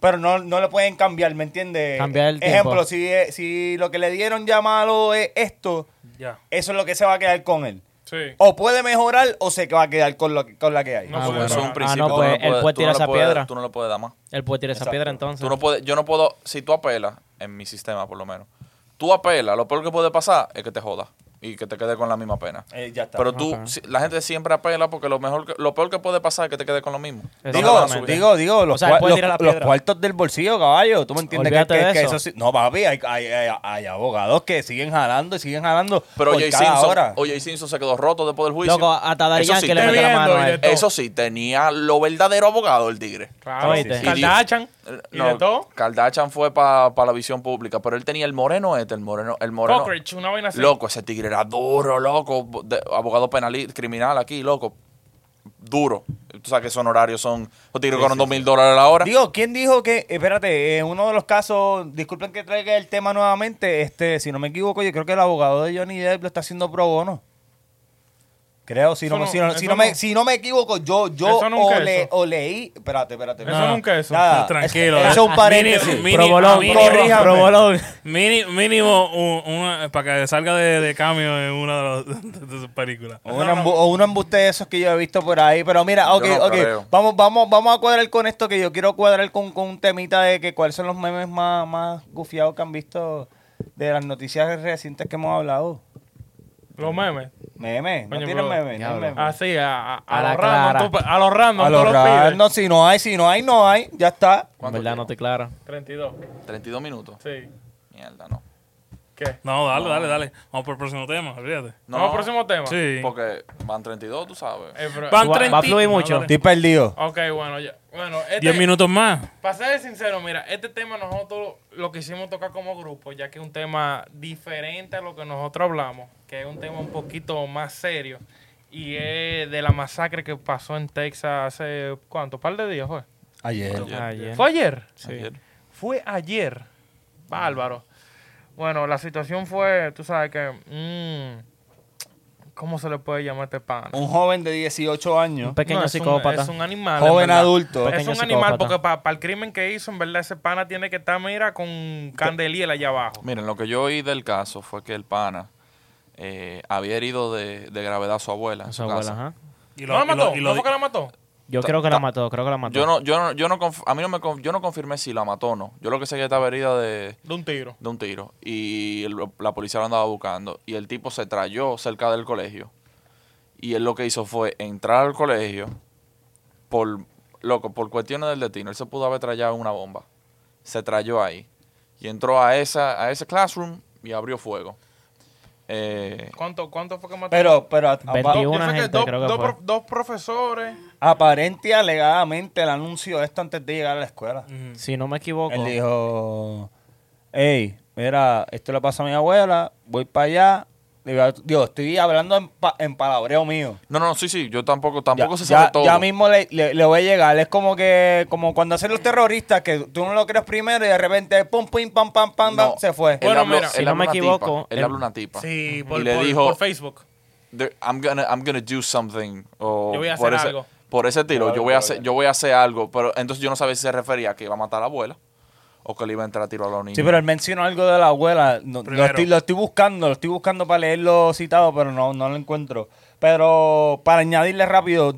S5: pero no, no lo pueden cambiar, ¿me entiendes?
S9: Cambiar el tiempo.
S5: Ejemplo, si, eh, si lo que le dieron ya malo es esto,
S3: Ya.
S5: eso es lo que se va a quedar con él.
S2: Sí.
S5: O puede mejorar o se va a quedar con, lo que- con la que hay.
S2: No
S9: ah,
S2: puede
S9: bueno.
S1: Eso es un
S2: Ah,
S1: principio.
S9: ah, no,
S1: tú
S9: pues
S1: no
S9: él puede
S1: puedes- tú no
S9: tirar
S1: le
S9: esa
S1: puedes-
S9: piedra.
S1: Tú no lo puedes dar más.
S9: Él puede tirar esa
S5: Exacto.
S9: piedra entonces.
S1: Tú no puedes, yo no puedo, si tú apelas, en mi sistema por lo menos, tú apelas, lo peor que puede pasar es que te jodas y que te quede con la misma pena.
S5: Eh, ya está.
S1: Pero tú, si- la gente siempre apela porque lo mejor, que- lo peor que puede pasar es que te quede con lo mismo.
S5: digo,
S9: Exactamente.
S5: digo, digo, los,
S9: O sea, él
S5: cua-
S9: puede
S5: los-
S9: tirar la
S5: los
S9: piedra.
S5: cuartos del bolsillo, caballo. ¿Tú me entiendes? Que,
S9: Olvídate
S5: que-
S9: de
S5: que
S9: eso.
S5: sí- No, papi, hay, hay- hay- hay abogados que siguen jalando y siguen jalando.
S1: Pero
S5: por
S1: Jay
S5: cada
S1: Simpson,
S5: hora.
S1: OJ Simpson se quedó roto después del juicio.
S9: Loco, hasta Daddy
S1: Eso
S9: Yankee
S1: sí,
S9: le
S1: te-
S9: mete la
S2: viendo
S9: mano
S2: y
S9: a él.
S2: de-
S1: Eso sí, tenía lo verdadero abogado el tigre.
S2: Claro.
S9: Oíste.
S2: Kardashian.
S1: Eh,
S2: ¿Y de todo?
S1: Kardashian fue para la visión pública, pero él tenía el moreno este, el moreno, el moreno.
S2: Cockroach, una vaina así.
S1: Loco, ese tigre era duro, loco. de- abogado penal, criminal aquí, loco. Duro. Tú sabes que esos horarios son. Los tigres cobran dos mil dólares la hora.
S5: Digo, ¿quién dijo que, espérate, en uno de los casos, disculpen que traiga el tema nuevamente, este, si no me equivoco, yo creo que el abogado de Johnny Depp lo está haciendo pro bono. Creo, si no,
S2: Eso
S5: me-
S2: no-
S5: si, no,
S2: eso
S5: si no me,
S2: no.
S5: si no me equivoco, yo, yo
S2: Eso nunca
S5: o, le-
S2: eso.
S5: o leí, espérate, espérate.
S2: Eso
S5: nada,
S2: nunca eso.
S5: nada,
S3: Ah, Tranquilo. eh.
S5: Eso Ah, es un paréntesis.
S3: Mínimo- mínimo-
S9: Provolón,
S3: mínimo-
S5: corríjame.
S9: provolón.
S3: Mini- mínimo un- una, para que salga de, de cambio en una de, los- de sus películas.
S5: O, un embu- o un embuste de esos que yo he visto por ahí. Pero mira, ok,
S1: no
S5: ok.
S1: creo.
S5: Vamos, vamos, vamos a cuadrar con esto que yo quiero cuadrar con, con un temita de que cuáles son los memes más, más gufiados que han visto de las noticias recientes que hemos hablado.
S2: Los memes.
S5: Memes, no
S2: Coño, Ah,
S5: tienen
S2: bro.
S5: memes, no hay
S9: Diablo.
S5: memes.
S2: Así, a, a, a
S9: Mm. A la
S2: los random.
S9: clara.
S2: tú- a los random.
S5: A
S2: tú
S5: los
S2: pides.
S5: raros, si no hay, si no hay, no hay, ya está.
S9: En verdad no estoy claro.
S2: 32.
S1: 32 minutos.
S2: Sí.
S1: Mierda, no.
S2: ¿Qué?
S3: No, dale, dale, dale. Vamos por el próximo tema, olvídate.
S2: Vamos al próximo tema.
S3: Sí.
S1: Porque van 32, tú sabes.
S2: Eh, pero-
S3: Van
S9: Va-
S3: 30
S9: va a fluir mucho.
S3: dale.
S5: Estoy perdido.
S2: Ok, bueno, ya. Bueno, este,
S3: 10 minutos más.
S2: Para ser sincero, mira, este tema nosotros lo quisimos tocar como grupo, ya que es un tema diferente a lo que nosotros hablamos, que es un tema un poquito más serio. Y es de la masacre que pasó en Texas hace, ¿cuánto? ¿Par de días fue?
S5: Ayer.
S9: Ayer.
S2: ¿Fue ayer?
S1: Ayer.
S2: Fue ayer. Bárbaro. Bueno, la situación fue, tú sabes que... mm, ¿Cómo se le puede llamar a este pana?
S5: Un joven de 18 años.
S9: Un pequeño
S2: No, es un-
S9: psicópata.
S2: es un animal.
S5: Joven
S2: en verdad.
S5: adulto.
S2: Es
S9: Pequeño
S2: un animal
S9: psicópata.
S2: porque para el crimen que hizo, en verdad, ese pana tiene que estar, mira, con candeliel allá abajo.
S1: Miren, lo que yo oí del caso fue que el pana eh, había herido de, de gravedad a su abuela. en
S9: Su
S1: su
S9: abuela,
S1: casa.
S9: ajá.
S3: Y
S2: ¿No la
S3: y
S2: mató?
S3: y
S2: ¿No fue que la mató?
S9: Yo
S1: Ta-
S9: creo que la
S1: ta-
S9: mató, creo que la mató.
S1: Yo no, yo no, yo no conf- a mí no me conf- yo no confirmé si la mató o no. Yo lo que sé es que estaba herida de,
S2: De un tiro.
S1: de un tiro y el- la policía lo andaba buscando y el tipo se trayó cerca del colegio y él lo que hizo fue entrar al colegio por loco por cuestiones del destino él se pudo haber trayado una bomba se trayó ahí y entró a esa a ese classroom y abrió fuego Eh,
S2: ¿Cuánto, cuánto fue que mató?
S5: Pero, pero a- a-
S9: 21.
S2: Yo sé que
S9: gente,
S2: dos,
S9: creo que
S2: dos
S9: fue.
S2: pro- dos profesores.
S5: aparente y alegadamente el anuncio de esto antes de llegar a la escuela.
S9: Si no me equivoco.
S5: Él dijo, hey, mira, esto le pasa a mi abuela, voy para allá. Digo, digo, estoy hablando en, pa- en palabreo mío.
S1: no no no sí sí yo tampoco tampoco
S5: ya,
S1: se sabe
S5: ya-
S1: todo
S5: ya mismo le, le- le voy a llegar. Es como que como cuando hacen los terroristas, que tú no lo crees primero y de repente pum, pum, pam, pam, pam,
S1: No,
S5: pam, se fue.
S1: él
S2: Bueno,
S1: habló-
S2: mira,
S1: él
S9: si no
S1: habló
S9: me
S1: una
S9: equivoco,
S1: tipa, él
S9: él-
S1: habló una tipa
S2: Sí,
S1: y
S2: por,
S1: le
S2: por-
S1: dijo
S2: por Facebook.
S1: there- I'm gonna I'm gonna do something o
S2: Yo voy a
S1: por
S2: hacer
S1: ese,
S2: algo.
S1: por ese tiro
S5: Claro,
S1: yo voy a
S5: claro,
S1: hacer
S5: claro.
S1: yo voy a hacer algo pero entonces yo no sabía si se refería a que iba a matar a la abuela o que le iba a entrar a tiro a los niños
S5: Sí, pero él mencionó algo de la abuela. No, lo,
S3: Primero.
S5: estoy, lo estoy buscando, lo estoy buscando para leerlo citado, pero no, no lo encuentro. Pero para añadirle rápido,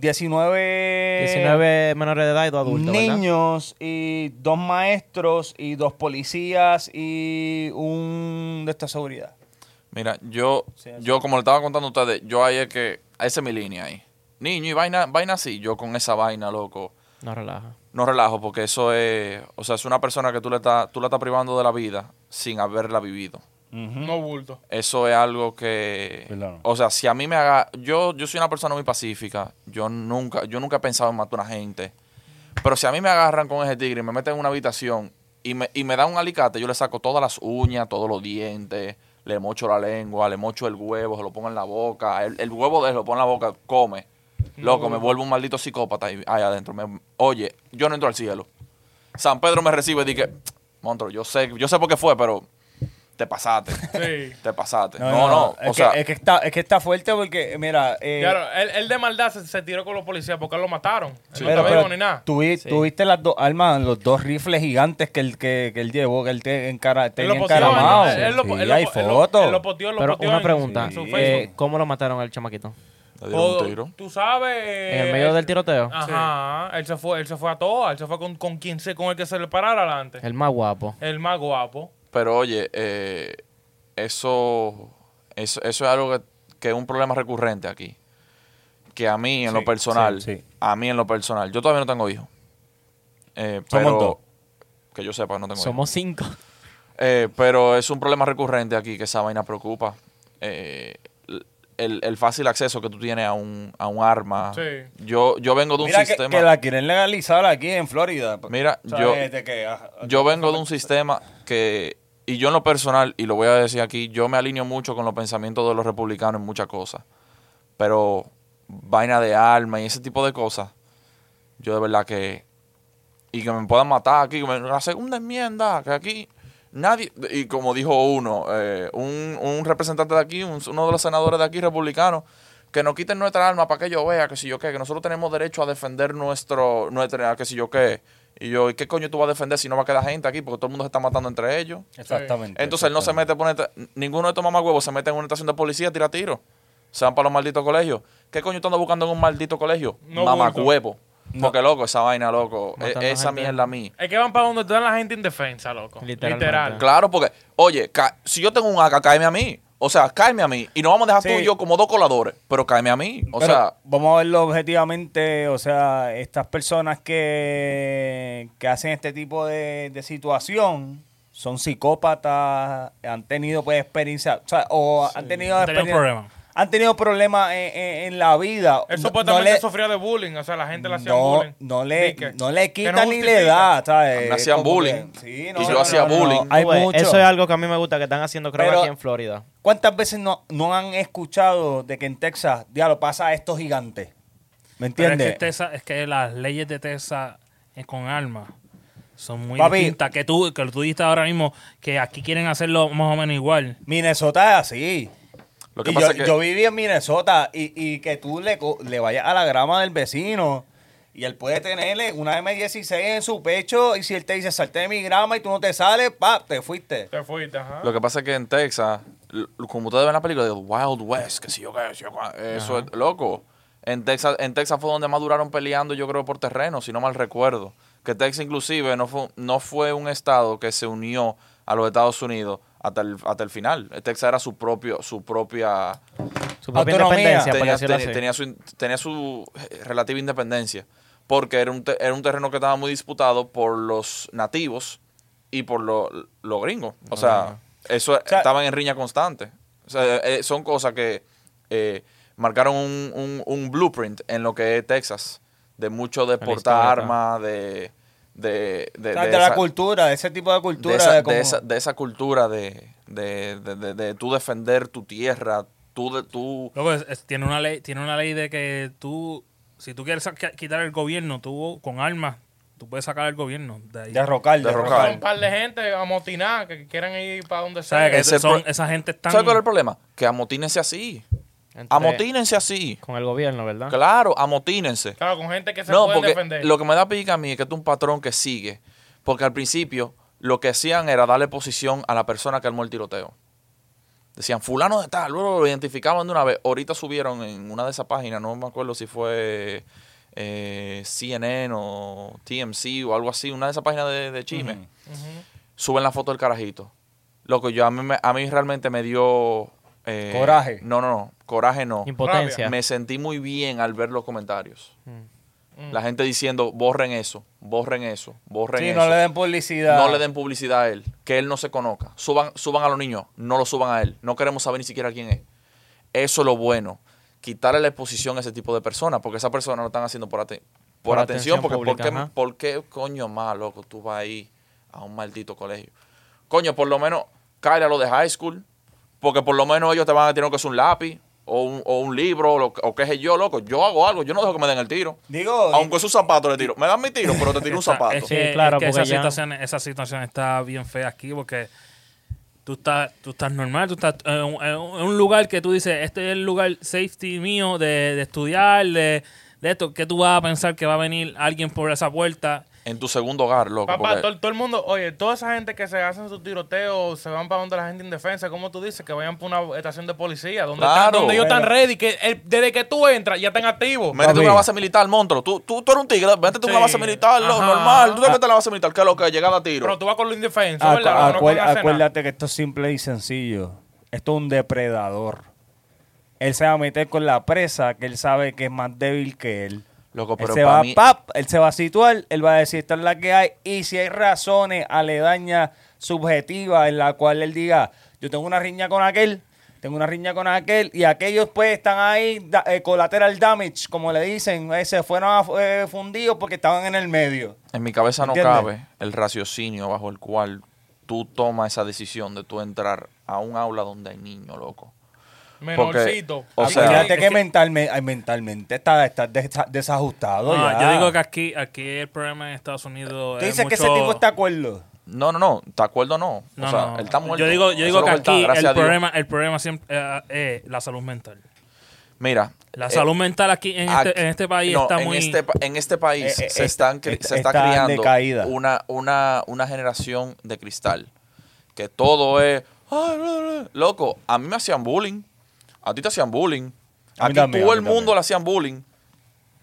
S5: 19,
S9: 19 menores de edad y dos adultos. ¿verdad?
S5: niños y dos maestros y dos policías y un de esta seguridad.
S1: mira yo yo como le estaba contando a ustedes yo ahí es que esa es mi línea ahí niño y vaina vaina así yo con esa vaina loco
S9: No relaja.
S1: no relajo porque eso es o sea es una persona que tú le estás tú la estás privando de la vida sin haberla vivido
S2: No bulto.
S1: Eso es algo que.
S5: Verdad, no.
S1: O sea, si a mí me haga. Yo, yo soy una persona muy pacífica. Yo nunca, yo nunca he pensado en matar a una gente. Pero si a mí me agarran con ese tigre y me meten en una habitación y me, y me dan un alicate, yo le saco todas las uñas, todos los dientes, le mocho la lengua, le mocho el huevo, se lo pongo en la boca. El, el huevo de él lo pongo en la boca, come. Loco, me vuelvo un maldito psicópata ahí, ahí adentro. Me- oye, yo no entro al cielo. San Pedro me recibe y dije, Montro, yo sé, yo sé por qué fue, pero te pasaste.
S2: Sí.
S1: Te pasaste. No, no.
S5: Es,
S1: o
S5: que,
S1: sea,
S5: es que está, es que está fuerte porque, mira. eh,
S2: Claro, él, él de maldad se, se tiró con los policías porque lo mataron. Él no
S5: pero-
S2: estaba
S5: pero
S2: vivo ni nada.
S5: tú vi- tú viste las dos armas, los dos rifles gigantes que él, que, que él llevó, que él te encara,
S2: Él lo
S5: tenía
S2: posteó,
S5: encaramado.
S2: él- él lo-
S5: Sí,
S2: él lo-
S5: hay
S2: él lo-
S5: fotos.
S2: él lo posteó, lo
S9: Pero
S2: posteó
S9: una
S2: en-
S9: pregunta.
S2: en su
S9: eh,
S2: Facebook.
S9: ¿Cómo lo mataron al chamaquito?
S1: le dieron
S2: O-
S1: un tiro.
S2: Tú sabes. eh,
S9: ¿En el medio
S2: él-
S9: del tiroteo?
S1: Ah.
S2: Ajá. Él se fue, él se fue a todas. Él se fue con, con quien se, con el que se le parara adelante.
S9: El más guapo.
S2: El más guapo.
S1: Pero oye, eh, eso, eso, eso es algo que, que es un problema recurrente aquí. Que a mí, en lo personal,
S5: sí, sí.
S1: a mí, en lo personal, yo todavía no tengo hijos. Eh,
S5: Somos
S1: pero-
S5: dos.
S1: Que yo sepa, no tengo hijos.
S9: Somos cinco.
S1: Eh, pero es un problema recurrente aquí que esa vaina preocupa. Eh, el, el fácil acceso que tú tienes a un, a un arma.
S2: Sí.
S1: Yo, yo vengo de un
S5: Mira que,
S1: sistema.
S5: que la quieren legalizar aquí en Florida.
S1: Mira,
S5: O sea,
S1: yo-
S5: desde que, ah,
S1: yo vengo de un sistema que, y yo en lo personal, y lo voy a decir aquí, yo me alineo mucho con los pensamientos de los republicanos en muchas cosas. Pero vaina de arma y ese tipo de cosas, yo de verdad que... Y que me puedan matar aquí, que me- la segunda enmienda, que aquí nadie... Y como dijo uno, eh, un, un representante de aquí, un- uno de los senadores de aquí republicanos, que nos quiten nuestra arma para que yo vea, que si yo qué, que nosotros tenemos derecho a defender nuestro, nuestra, que si yo qué. Y yo, ¿y qué coño tú vas a defender si no va a quedar gente aquí? Porque todo el mundo se está matando entre ellos.
S5: Exactamente.
S1: Entonces él no se mete por una- ninguno de estos mamagüevos se mete en una estación de policía, tira tiro. Se van para los malditos colegios. ¿Qué coño tú andas buscando en un maldito colegio?
S2: No,
S1: Mamagüevo. Porque loco, esa vaina, loco. E-
S9: Matando
S1: esa
S9: gente.
S1: mierda a mí.
S2: Es que van para donde está la gente indefensa, loco.
S9: Literalmente.
S2: Literal.
S1: Claro, porque, oye, ca- si yo tengo un AK, cáeme a mí. O sea, cáeme a mí. Y no vamos a dejar tú
S5: Sí.
S1: y yo como dos coladores, pero cáeme a mí. O
S5: Pero
S1: sea,
S5: vamos a verlo objetivamente, o sea, estas personas que, que hacen este tipo de, de situación son psicópatas, han tenido pues experiencia, o, sea, o han tenido,
S3: han tenido
S5: experien-
S3: problemas.
S5: Han tenido problemas en, en- en la vida.
S2: Él
S5: No- no
S2: supuestamente
S5: le-
S2: sufría de bullying, o sea, la gente le hacía
S5: no,
S2: bullying.
S5: no le,
S2: Dique,
S5: no le
S2: que no
S5: quita ni
S2: justifica.
S5: le da, ¿sabes?
S1: Le hacían
S5: Como que-
S1: bullying.
S5: Sí,
S1: Y
S5: no,
S1: lo
S5: no,
S1: hacía
S5: no, no,
S1: bullying.
S5: Hay
S9: Tú ves,
S5: mucho.
S9: Pues, Eso es algo que a mí me gusta que están haciendo creo
S5: Pero-
S9: aquí en Florida.
S5: ¿Cuántas veces no, no han escuchado de que en Texas, diablo, pasa esto gigante? ¿Me
S3: Pero es
S5: entiendes?
S3: que, este Texas- es que las leyes de Texas eh, con armas son muy
S5: Papi.
S3: distintas. Que tú, que tú dijiste ahora mismo que aquí quieren hacerlo más o menos igual.
S5: Minnesota es así.
S1: Lo que
S5: Y
S1: pasa
S5: yo,
S1: es que
S5: yo viví en Minnesota y, y que tú le, co- le vayas a la grama del vecino y él puede tenerle una M16 en su pecho y si él te dice salte de mi grama y tú no te sales, pa, te fuiste.
S2: Te fuiste, ajá.
S1: lo que pasa es que en Texas, l- como ustedes ven la película de Wild West, que si yo qué, si yo qué, eso es loco. En Texas, en Texas fue donde más duraron peleando, yo creo, por terreno, si no mal recuerdo. Que Texas inclusive no fue, no fue un estado que se unió a los Estados Unidos hasta el, hasta el final. Texas era su propio, su propia
S9: Su propia
S5: Autonomía.
S9: independencia, por
S1: tenía,
S9: decirlo
S1: tenía-
S9: así.
S1: tenía su, in- tenía su eh, relativa independencia, porque era un, te- era un terreno que estaba muy disputado por los nativos y por lo- los gringos. O sea, eso
S5: sea-
S1: estaban en riña constante. O sea, eh, son cosas que eh, marcaron un, un- un blueprint en lo que es Texas, de mucho de portar armas, de... De, de-
S5: O sea,
S1: de
S5: de, la
S1: esa-
S5: cultura, de ese tipo de
S1: de
S5: cultura.
S1: esa,
S5: de
S1: de
S5: como-
S1: esa- de esa cultura de, de, de- de- de tú defender tu tierra, tú, de, tú
S3: Luego es- es- tiene una ley, tiene una ley de que tú, si tú quieres saca- quitar el gobierno, tú con armas, tú puedes sacar al gobierno de ahí.
S5: derrocar,
S2: Pero
S1: Derrocar.
S2: son un par de gente amotinada que quieran ir para donde
S3: O
S2: sea.
S3: sea, que
S1: Ese
S3: son-
S1: pro-
S3: esa gente está
S1: ¿Sabes cuál es el problema? Que amotínense así.
S9: Entre-
S1: Amotínense así.
S9: Con el gobierno, ¿verdad?
S1: Claro, amotínense.
S2: Claro, con gente que se
S1: No,
S2: puede
S1: porque
S2: defender.
S1: lo que me da pica a mí es que esto es un patrón que sigue. Porque al principio lo que hacían era darle posición a la persona que armó el tiroteo. Decían, fulano de tal, luego lo identificaban de una vez. Ahorita subieron en una de esas páginas, no me acuerdo si fue eh, CNN o TMC o algo así, una de esas páginas de, de chisme. Suben la foto del carajito. Loco, yo a mí, me- a mí realmente me dio... eh,
S5: Coraje.
S1: No, no, no. Coraje no.
S9: Impotencia.
S1: Me sentí muy bien al ver los comentarios. La gente diciendo, borren eso, borren eso, borren
S5: Mm. Sí,
S1: eso.
S5: no le den publicidad.
S1: No le den publicidad a él, que él no se conozca. Suban, suban a los niños, no lo suban a él. No queremos saber ni siquiera quién es. Eso es lo bueno. Quitarle la exposición a ese tipo de personas, porque esas personas lo están haciendo por, ate- por,
S9: Por
S1: atención.
S9: atención
S1: Porque
S9: pública,
S1: ¿por, qué,
S9: ajá.
S1: ¿por qué coño más, loco, tú vas ahí a un maldito colegio? Coño, por lo menos cállate a lo de high school, porque por lo menos ellos te van a tirar que es un lápiz o un, o un libro o, lo- o qué sé yo, loco. Yo hago algo, yo no dejo que me den el tiro.
S5: Digo,
S1: Aunque su zapato le tiro. Me dan mi tiro, pero te tiro un
S3: Esa-
S1: zapato.
S3: Es
S9: Sí,
S3: que,
S9: claro,
S3: es que
S9: porque
S3: esa,
S9: ya-
S3: situación, esa situación está bien fea aquí porque tú estás, tú estás normal, tú estás en un, en un- en un lugar que tú dices, este es el lugar safety mío de, de estudiar, de, de esto, que tú vas a pensar que va a venir alguien por esa puerta.
S1: En tu segundo hogar, loco.
S2: Papá,
S1: porque-
S2: todo, todo el mundo, oye, toda esa gente que se hacen su tiroteo, se van para donde la gente indefensa, como tú dices, que vayan para una estación de policía, donde,
S1: Claro.
S2: están, donde ellos están
S5: Pero-
S2: ready, que el- desde que tú entras ya están activos.
S1: Métete
S5: Papi.
S1: una base militar, monstruo. Tú, tú, tú eres un tigre, métete
S2: Sí.
S1: una base militar, lo
S2: Ajá.
S1: normal. Tú te metes en la
S3: Ah.
S1: base militar, que es lo que llegaba a tiro.
S2: Pero tú vas con lo indefenso,
S5: Acu-
S2: ¿verdad? No, no
S5: acuer-
S2: con la cena.
S5: acuérdate que esto es simple y sencillo. Esto es un depredador. Él se va a meter con la presa que él sabe que es más débil que él.
S1: Loco,
S5: él
S1: pero
S5: se
S1: pa'
S5: va
S1: mí-
S5: pap, él se va a situar, él va a decir esta es la que hay y si hay razones aledañas subjetivas en la cual él diga, yo tengo una riña con aquel, tengo una riña con aquel y aquellos pues están ahí da- eh, collateral damage, como le dicen, eh, se fueron a- eh, fundidos porque estaban en el medio.
S1: En mi cabeza no
S5: ¿Entiendes?
S1: cabe el raciocinio bajo el cual tú tomas esa decisión de tú entrar a un aula donde hay niños, loco.
S2: Menorcito.
S1: porque, o sea-
S5: Fíjate que,
S3: es que-
S5: mentalme- ay, mentalmente está, está desa-
S1: Oh,
S5: desajustado.
S3: No,
S5: ya.
S3: Ah, yo digo que aquí, aquí el problema en Estados Unidos
S5: Tú
S3: es
S5: dices que ese
S3: mucho-
S5: tipo está de acuerdo.
S1: No, no, no. ¿Te acuerdo o no?
S3: No,
S1: o sea,
S3: no.
S1: él está muerto.
S3: Yo digo,
S1: Eso
S3: yo
S1: es
S3: digo
S1: lo
S3: que
S1: él está,
S3: aquí
S1: gracias a
S3: el
S1: Dios.
S3: problema, el problema siempre eh, es la salud mental.
S1: Mira.
S3: La
S1: eh,
S3: salud mental aquí en, este,
S1: Aquí-
S3: en este país
S1: no,
S3: está
S1: en
S3: muy...
S1: Este, pa- en este país
S5: Eh, eh,
S1: se,
S5: eh,
S1: están, cri-
S5: está-
S1: se está
S5: está
S1: criando
S5: decaída.
S1: una, una, una generación de cristal. Que todo es. "Ay, bla, bla". Loco, a mí me hacían bullying. A ti te hacían bullying.
S5: A mí
S1: Aquí
S5: también,
S1: todo
S5: a mí
S1: el mundo
S5: también.
S1: le hacían bullying.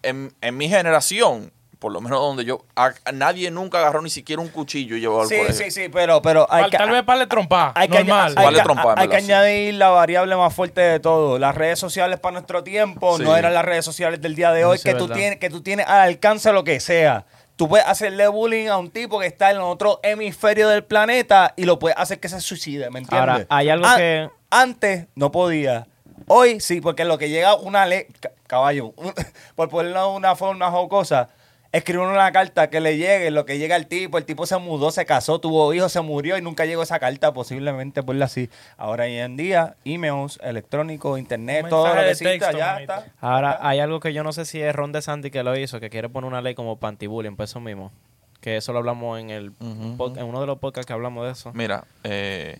S1: En, en mi generación, por lo menos donde yo. a- a nadie nunca agarró ni siquiera un cuchillo y llevó al
S5: Sí,
S1: colegio.
S5: sí, sí, pero, pero hay
S2: Tal-
S5: que,
S2: Tal vez para le trompar,
S5: hay que,
S2: normal.
S5: hay
S1: Vale
S5: que-
S1: trompa,
S5: hay que
S1: en verdad,
S5: añadir la variable más fuerte de todo. Las redes sociales para nuestro tiempo
S1: Sí.
S5: no eran las redes sociales del día de hoy,
S9: Eso
S5: que
S9: es
S5: tú,
S9: verdad.
S5: tienes, que tú tienes al alcance lo que sea. Tú puedes hacerle bullying a un tipo que está en otro hemisferio del planeta y lo puedes hacer que se suicide, ¿me entiendes?
S9: Ahora, hay algo
S5: An-
S9: que-
S5: Antes no podía. Hoy sí, porque lo que llega una ley, ca- caballo, un- por ponerlo de una forma jocosa, escriben una carta que le llegue, lo que llega al tipo, el tipo se mudó, se casó, tuvo hijos, se murió y nunca llegó esa carta, posiblemente por así. Ahora hoy en día, emails, electrónico, internet,
S2: Un
S5: todo lo
S2: mensaje
S5: que
S2: de
S5: existe,
S2: texto,
S5: ya
S2: manito.
S5: está.
S9: Ahora, hay algo que yo no sé si es Ron DeSantis que lo hizo, que quiere poner una ley como pantibullying, pues eso mismo. Que eso lo hablamos en el pod- en uno de los podcasts que hablamos de eso.
S1: Mira, eh,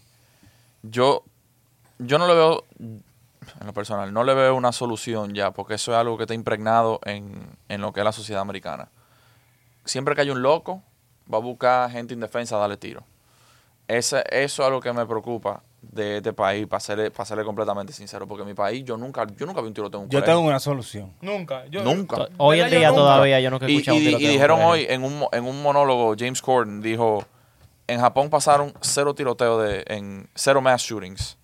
S1: yo, yo no le veo, en lo personal, no le veo una solución ya, porque eso es algo que está impregnado en, en lo que es la sociedad americana. Siempre que hay un loco, va a buscar gente indefensa a darle tiro. Ese- eso es algo que me preocupa de este país, para serle, para serle completamente sincero, porque en mi país yo nunca, yo nunca vi un tiroteo en un
S5: Yo
S1: colegio.
S5: tengo una solución.
S2: Nunca. Yo,
S1: Nunca.
S9: Hoy en
S2: ¿Verdad? Yo
S9: día
S2: nunca.
S9: todavía yo no he
S1: Y,
S9: escuchado
S1: y
S9: un
S1: di- y
S9: tiroteo en un
S1: dijeron
S9: colegio.
S1: hoy en un, mo- en un monólogo, James Corden dijo, en Japón pasaron cero tiroteos, de, en cero mass shootings.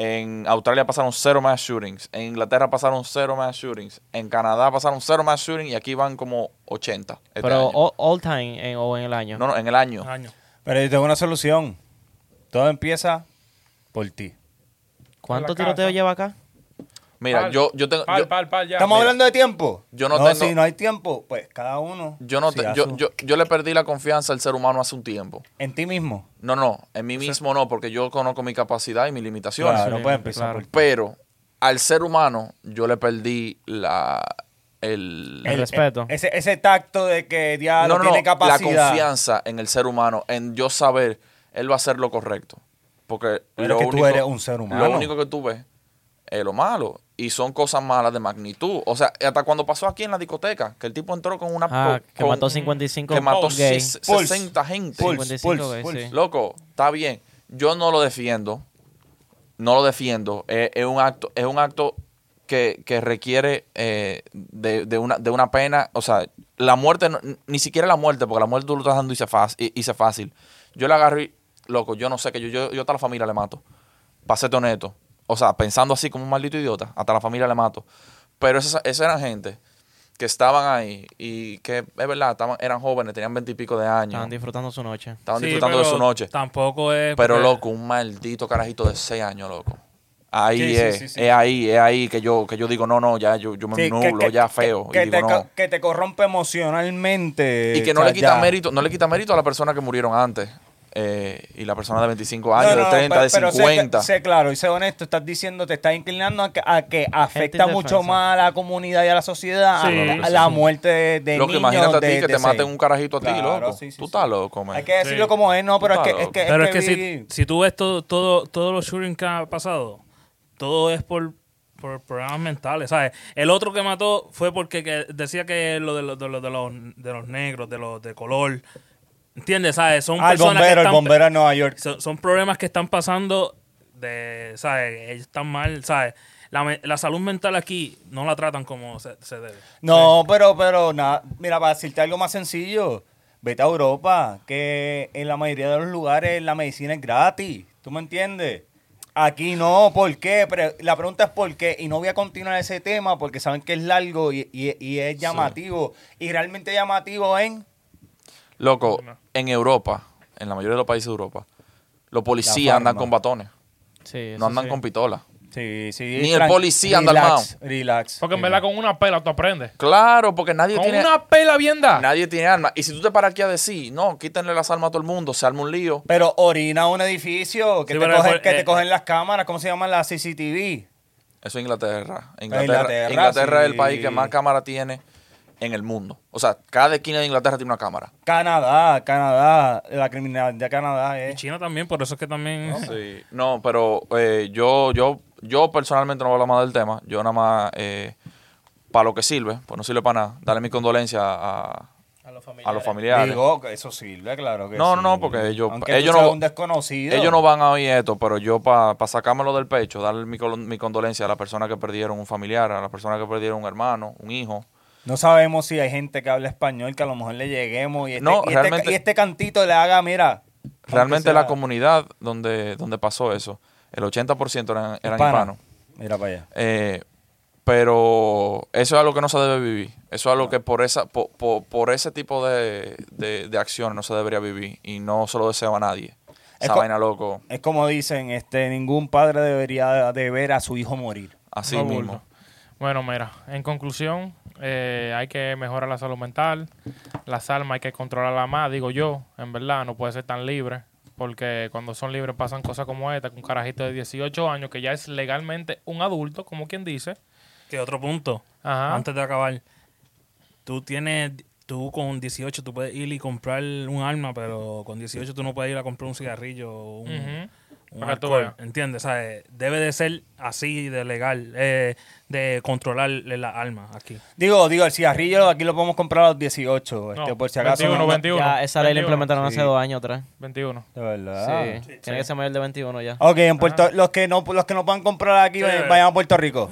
S1: En Australia pasaron cero mass shootings. En Inglaterra pasaron cero mass shootings. En Canadá pasaron cero mass shootings y aquí van como 80. este
S9: Pero
S1: año.
S9: all, all time en- o en el año.
S1: no, no, en el año.
S2: Ah,
S3: Año.
S5: Pero yo tengo una solución. Todo empieza por ti.
S9: ¿Cuánto
S2: En la
S9: tiroteo
S2: casa.
S9: lleva acá?
S1: Mira,
S2: Pal,
S1: yo, yo tengo...
S2: Pal,
S1: yo-
S2: pal, pal, ya.
S5: ¿Estamos
S1: mira.
S5: hablando de tiempo?
S1: Yo no tengo-
S5: Si no hay tiempo, pues cada uno.
S1: Yo, no
S5: si
S1: te-
S5: hace
S1: yo,
S5: un-
S1: yo, yo le perdí la confianza al ser humano hace un tiempo.
S5: En ti mismo.
S1: No, no, en mí mismo no, porque yo conozco mi capacidad y mis limitaciones.
S5: Claro, no puedes empezar por ti.
S1: Pero al ser humano, yo le perdí la. El.
S9: El respeto.
S5: Ese, ese tacto de que ya
S1: no,
S5: no,
S1: no,
S5: tiene
S1: la
S5: capacidad.
S1: confianza en el ser humano, en yo saber, él va a hacer lo correcto. Porque
S5: Pero
S1: lo
S5: es que tú
S1: único,
S5: eres un ser humano.
S1: Lo único que tú ves es lo malo. Y son cosas malas de magnitud. O sea, hasta cuando pasó aquí en la discoteca, que el tipo entró con una.
S9: Ah,
S1: co-
S9: que
S1: con-
S9: mató 55
S1: Que mató
S9: gays.
S1: ses-
S5: Pulse.
S1: 60 gente.
S5: Pulse,
S9: 55
S5: pulse,
S9: gays,
S5: pulse.
S9: sí.
S1: Loco, está bien. Yo no lo defiendo. No lo defiendo. Es, es un acto, es un acto que, que requiere eh, de, de una, de una pena. O sea, la muerte, no- ni siquiera la muerte, porque la muerte tú lo estás dando y se, faz- y, y se fácil. Yo la agarro y, loco, yo no sé que yo, yo, yo hasta la familia le mato. Para serte honesto. O sea, pensando así como un maldito idiota, hasta la familia le mato. Pero esa, esa eran gente que estaban ahí y que, es verdad, estaban, eran jóvenes, tenían veintipico de años.
S9: Estaban disfrutando su noche.
S1: Estaban
S3: Sí,
S1: disfrutando de
S3: pero
S1: su noche.
S3: Tampoco es.
S1: Pero
S3: porque-
S1: loco, un maldito carajito de 6 años, loco. Ahí
S5: Sí, sí,
S1: es,
S5: sí, sí.
S1: es ahí, es ahí que yo, que yo digo, no, no, ya yo, yo me
S5: Sí,
S1: nublo, ya feo.
S5: Que,
S1: y
S5: que
S1: digo,
S5: te, co-
S1: no.
S5: que te corrompe emocionalmente.
S1: Y que no
S5: Eh, o sea,
S1: le quita
S5: ya.
S1: mérito, no le quita mérito a la persona que murieron antes. Eh, y la persona de 25
S5: No,
S1: años,
S5: no,
S1: de 30,
S5: pero-
S1: de
S5: pero sé-
S1: 50.
S5: Sé, claro y sé honesto, estás diciendo, te estás inclinando a que, a que afecta
S9: indefensa.
S5: mucho más a la comunidad y a la sociedad a
S3: Sí,
S5: la,
S3: sí,
S5: a la muerte de, de
S1: Loco,
S5: niños.
S1: imagínate a ti
S5: de-
S1: que
S5: de
S1: te maten
S5: seis.
S1: un carajito a ti,
S5: Claro,
S1: loco.
S5: sí, sí,
S1: Tú
S5: sí.
S1: estás loco, man.
S5: Hay que decirlo
S3: Sí.
S5: como es, no, pero es que,
S1: Estás
S5: es que.
S1: loco.
S5: es
S3: Pero es que
S5: vi-
S3: si, si tú ves todo, todo, todos los shootings que ha pasado, todo es por, por problemas mentales, ¿sabes? El otro que mató fue porque que decía que lo de, los- de, los- de los, de los negros, de los de color, ¿entiendes? ¿Sabes? Son
S5: Ah, el
S3: personas que
S5: bombero, el
S3: están-
S5: bombero de Nueva York.
S3: son, son problemas que están pasando de, ¿sabes? Ellos están mal, ¿sabes? La, me- la salud mental aquí no la tratan como se, se debe.
S5: No, pero, pero nada. Mira, para decirte algo más sencillo, vete a Europa, que en la mayoría de los lugares la medicina es gratis. ¿Tú me entiendes? Aquí no, ¿por qué? Pero la pregunta es por qué. Y no voy a continuar ese tema porque saben que es largo y, y- y es llamativo. Y realmente llamativo en.
S1: Loco, en Europa, en la mayoría de los países de Europa, los
S5: La
S1: policías
S5: farma.
S1: andan con batones,
S9: Sí, eso
S1: no andan
S9: sí.
S1: con pistolas.
S5: Sí, sí.
S1: Ni el
S5: tran-
S1: policía anda
S5: relax,
S1: armado.
S5: Relax.
S2: Porque en verdad con una pela tú aprendes.
S1: Claro, porque nadie
S2: Con
S1: tiene.
S2: una pela bien
S5: Ah.
S2: da.
S1: Nadie tiene armas. Y si tú te paras aquí a decir, no, quítenle las armas a todo el mundo, se arma un lío.
S5: Pero orina un edificio, que,
S3: Sí,
S5: te,
S3: pero
S5: cogen,
S3: por-
S5: que te
S3: eh,
S5: cogen las cámaras, ¿cómo se llaman las CCTV?
S1: Eso es Inglaterra. Inglaterra,
S5: Inglaterra,
S1: Inglaterra, es el
S5: sí.
S1: país que más cámaras tiene en el mundo. O sea, cada esquina de Inglaterra tiene una cámara.
S5: Canadá, Canadá, la criminalidad de Canadá
S3: Y
S5: es.
S3: China también, por eso es que también...
S1: Sí. No, pero eh, yo, yo, yo personalmente no voy a hablar más del tema. Yo nada más, para lo que sirve, pues no sirve para nada. Darle mi condolencia a, a los familiares.
S5: Digo, que eso sirve, claro que
S1: No, no,
S5: sí.
S1: no, porque ellos-
S5: Aunque tú
S1: ellos
S5: seas
S1: no-
S5: un desconocido.
S1: Ellos no van a oír esto, pero yo para sacármelo del pecho, darle mi, col- mi condolencia a las personas que perdieron un familiar, a las personas que perdieron un hermano, un hijo.
S5: No sabemos si hay gente que habla español, que a lo mejor le lleguemos y este,
S1: No,
S5: y este-
S1: realmente-
S5: y este cantito le haga, mira. aunque
S1: Realmente
S5: sea
S1: la comunidad donde, donde pasó eso, el 80% eran, eran
S5: hispana.
S1: hispanos.
S5: Mira para allá.
S1: Eh, pero eso es algo que no se debe vivir. Eso es algo que por esa po- po- por, ese tipo de, de, de acciones no se debería vivir y no se lo deseo a nadie.
S5: Es
S1: Esa
S5: co-
S1: vaina, loco.
S5: Es como dicen, este, ningún padre debería de ver a su hijo morir.
S1: Así
S2: No
S1: mismo.
S2: bulto. Bueno, mira, en conclusión, eh, hay que mejorar la salud mental, las almas hay que controlarla más, digo yo, en verdad, no puede ser tan libre, porque cuando son libres pasan cosas como esta, que un carajito de 18 años que ya es legalmente un adulto, como quien dice,
S3: Que otro punto,
S2: Ajá.
S3: antes de acabar. Tú tienes, tú con 18 tú puedes ir y comprar un arma, pero con 18 tú no puedes ir a comprar un cigarrillo o un,
S2: Ujú.
S3: un
S2: Para que tú
S3: alcohol,
S2: veas.
S3: ¿Entiendes? O sea, eh, debe de ser así de legal, eh, de controlar las armas aquí.
S5: Digo, digo, el cigarrillo aquí lo podemos comprar a los 18, este,
S2: No,
S5: por si acaso.
S2: 21,
S5: no-
S2: 21.
S9: Ya, esa ley la
S2: 21,
S9: implementaron
S5: sí.
S9: hace dos años atrás.
S2: ¿21?
S5: De
S2: Ah.
S5: verdad.
S9: sí. Tiene que ser mayor de 21 ya.
S5: Ok, en Puerto, los que no, los que no puedan comprar aquí, eh, vayan a Puerto Rico.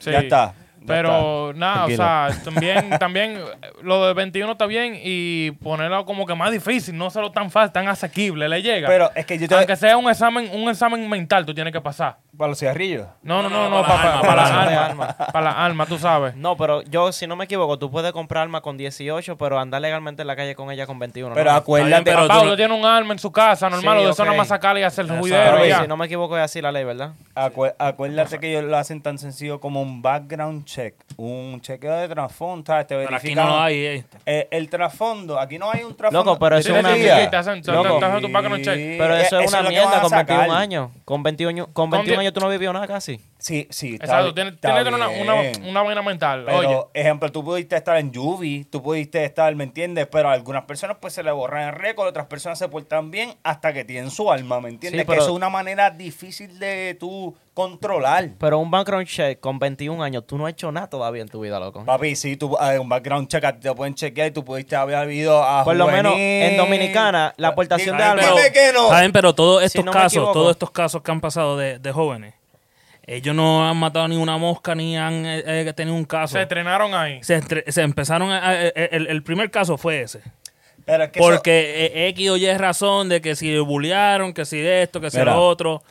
S2: Sí.
S5: Ya está. ya
S2: Pero
S5: está.
S2: nada,
S5: Tranquilo.
S2: o sea, también, también eh, lo de 21 está bien y ponerlo como que más difícil, no solo tan fácil, tan asequible, le llega.
S5: Pero es que yo te-
S2: Aunque sea un examen, un examen mental, tú tienes que pasar.
S5: Para los cigarrillos.
S2: No, no, no, no, para, para, las almas. Para las almas, tú sabes.
S9: No, pero yo, si no me equivoco, tú puedes comprar arma con 18, pero andar legalmente en la calle con ella con 21.
S5: Pero
S9: ¿no?
S5: acuérdate.
S3: Está bien, pero-
S2: Papá,
S3: tú
S2: usted
S3: no-
S2: tiene un arma en su casa, normal,
S9: Sí,
S2: lo de eso
S9: ok.
S2: nada más sacarle y hacer el
S9: Pero
S2: juidero y
S9: oye,
S2: ya.
S9: si no me equivoco, es así la ley, ¿verdad?
S5: Acu- ah, acuérdate que ellos lo hacen tan sencillo como un background check, un chequeo de trasfondo, ¿sabes? Te
S3: Pero aquí
S5: verifican-
S3: no hay. eh.
S5: Eh, el trasfondo, aquí no hay un trasfondo.
S9: Loco, pero eso
S2: Sí,
S9: es una
S2: sí, sí,
S9: mierda.
S2: te hacen- te-
S9: Loco.
S2: te hacen tu background check.
S9: Pero
S5: Eh,
S9: eso es una
S5: lo que van
S9: mierda
S5: a
S9: con 21
S5: sacar.
S9: años. Con 21, con
S2: Con
S9: 21
S2: die-
S9: años tú no vivió nada casi.
S5: Sí, sí. está
S2: Exacto,
S5: bi-
S2: tiene
S5: está
S2: tiene que tener una,
S5: bien.
S2: una, una vaina mental.
S5: Pero,
S2: Oye,
S5: ejemplo, tú pudiste estar en Yubi, tú pudiste estar, ¿me entiendes? Pero a algunas personas pues se le borran el récord, otras personas se portan bien hasta que tienen su alma, ¿me entiendes?
S9: pero-
S5: Que eso es una manera difícil de tú controlar.
S9: Pero un background check con 21 años, tú no has hecho nada todavía en tu vida, loco.
S5: Papi, sí, tú, eh, un background check, a ti te pueden chequear y tú pudiste haber habido a
S9: Por lo menos
S5: juvenil.
S9: en Dominicana, la aportación de
S5: Dime
S9: armas.
S5: que no.
S3: Saben, pero todos estos
S9: no me
S3: casos,
S9: equivoco.
S3: todos estos casos que han pasado de, de jóvenes, ellos no han matado ni una mosca ni han eh, eh, tenido un caso.
S2: se estrenaron ahí.
S3: Se, entre- se empezaron a- a- eh, el, el primer caso fue ese.
S5: Pero es que eso-
S3: Porque eh, X o Y es razón de que si bullearon, que si de esto, que si
S5: Mira.
S3: lo otro.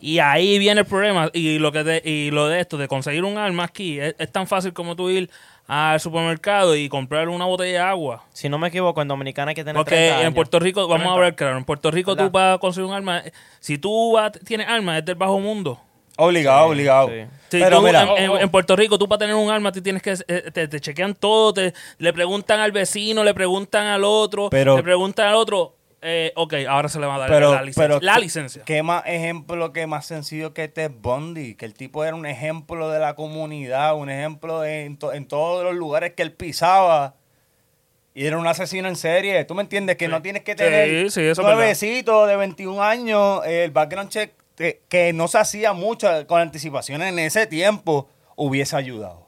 S3: Y ahí viene el problema. Y lo que de, y lo de esto, de conseguir un arma aquí, es, es tan fácil como tú ir al supermercado y comprar una botella de agua.
S9: Si no me equivoco, en Dominicana hay que tener
S3: Porque
S9: 30
S3: en
S9: años.
S3: Puerto Rico, vamos a ver, claro, en Puerto Rico tú vas a conseguir un arma. eh, Si tú vas- tienes arma, es del bajo mundo.
S5: Obligado, obligado.
S9: sí.
S3: Si
S5: Pero
S3: tú,
S5: mira,
S3: en, en- en Puerto Rico, tú para tener un arma, tú tienes que. eh, Te, te chequean todo, te, le preguntan al vecino, le preguntan al otro,
S5: Pero-
S3: le preguntan al otro. eh, ok, ahora se le va a dar
S5: pero,
S3: la licencia.
S5: pero
S3: la
S5: qué-
S3: licencia.
S5: ¿Qué más ejemplo, qué más sencillo que Ted Bundy? Que el tipo era un ejemplo de la comunidad, un ejemplo de- en, to- en todos los lugares que él pisaba. Y era un asesino en serie. ¿Tú me entiendes? Que no tienes que
S3: Sí,
S5: tener
S3: sí, eso es verdad.
S5: nuevecito de 21 años, eh, el background check que, que no se hacía mucho con anticipación en ese tiempo, hubiese ayudado.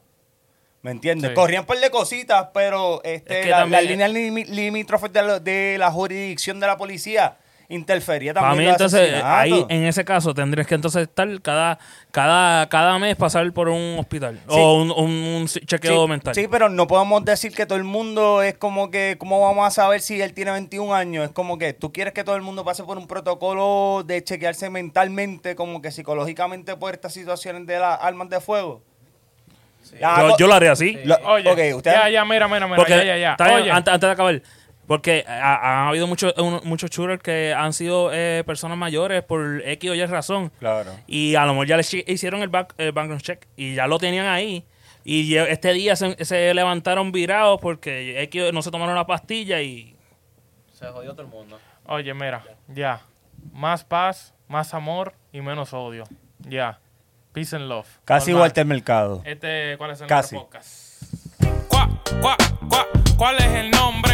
S5: ¿Me entiendes?
S2: Sí.
S5: Corrían por de cositas, pero este,
S3: Es que
S5: la-
S3: también-
S5: las líneas limi- limítrofes de, lo- de la jurisdicción de la policía interfería
S3: Para
S5: también.
S3: mí,
S5: los
S3: entonces, eh, ahí
S5: asesinatos.
S3: en ese caso tendrías que entonces estar cada, cada, cada mes pasar por un hospital o un, un- un chequeo
S5: sí,
S3: mental.
S5: sí, pero no podemos decir que todo el mundo es como que, ¿cómo vamos a saber si él tiene 21 años? Es como que tú quieres que todo el mundo pase por un protocolo de chequearse mentalmente, como que psicológicamente por estas situaciones de las armas de fuego. La-
S3: Yo, yo lo haría así.
S5: lo-
S2: Oye,
S5: ok, usted-
S2: ya, ya, mira, mira, mira,
S3: Porque,
S2: ya, ya, ya.
S3: está bien,
S2: Oye,
S3: antes, antes de acabar, porque ha- ha- han habido muchos uno- muchos shooters que han sido eh, personas mayores por X o Y razón.
S5: Claro.
S3: Y a lo mejor ya les chi- hicieron el, back, el background check y ya lo tenían ahí. Y ye- este día se, se levantaron virados porque X o- no se tomaron la pastilla y...
S2: oye, mira, ya. Más paz, más amor y menos odio. Ya. Peace and love.
S5: Casi
S2: Normal.
S5: Walter Mercado.
S2: Este, ¿cuál es el
S5: Casi.
S2: nombre del podcast?
S7: Cuá, cuá, cuá, ¿cuál es el nombre?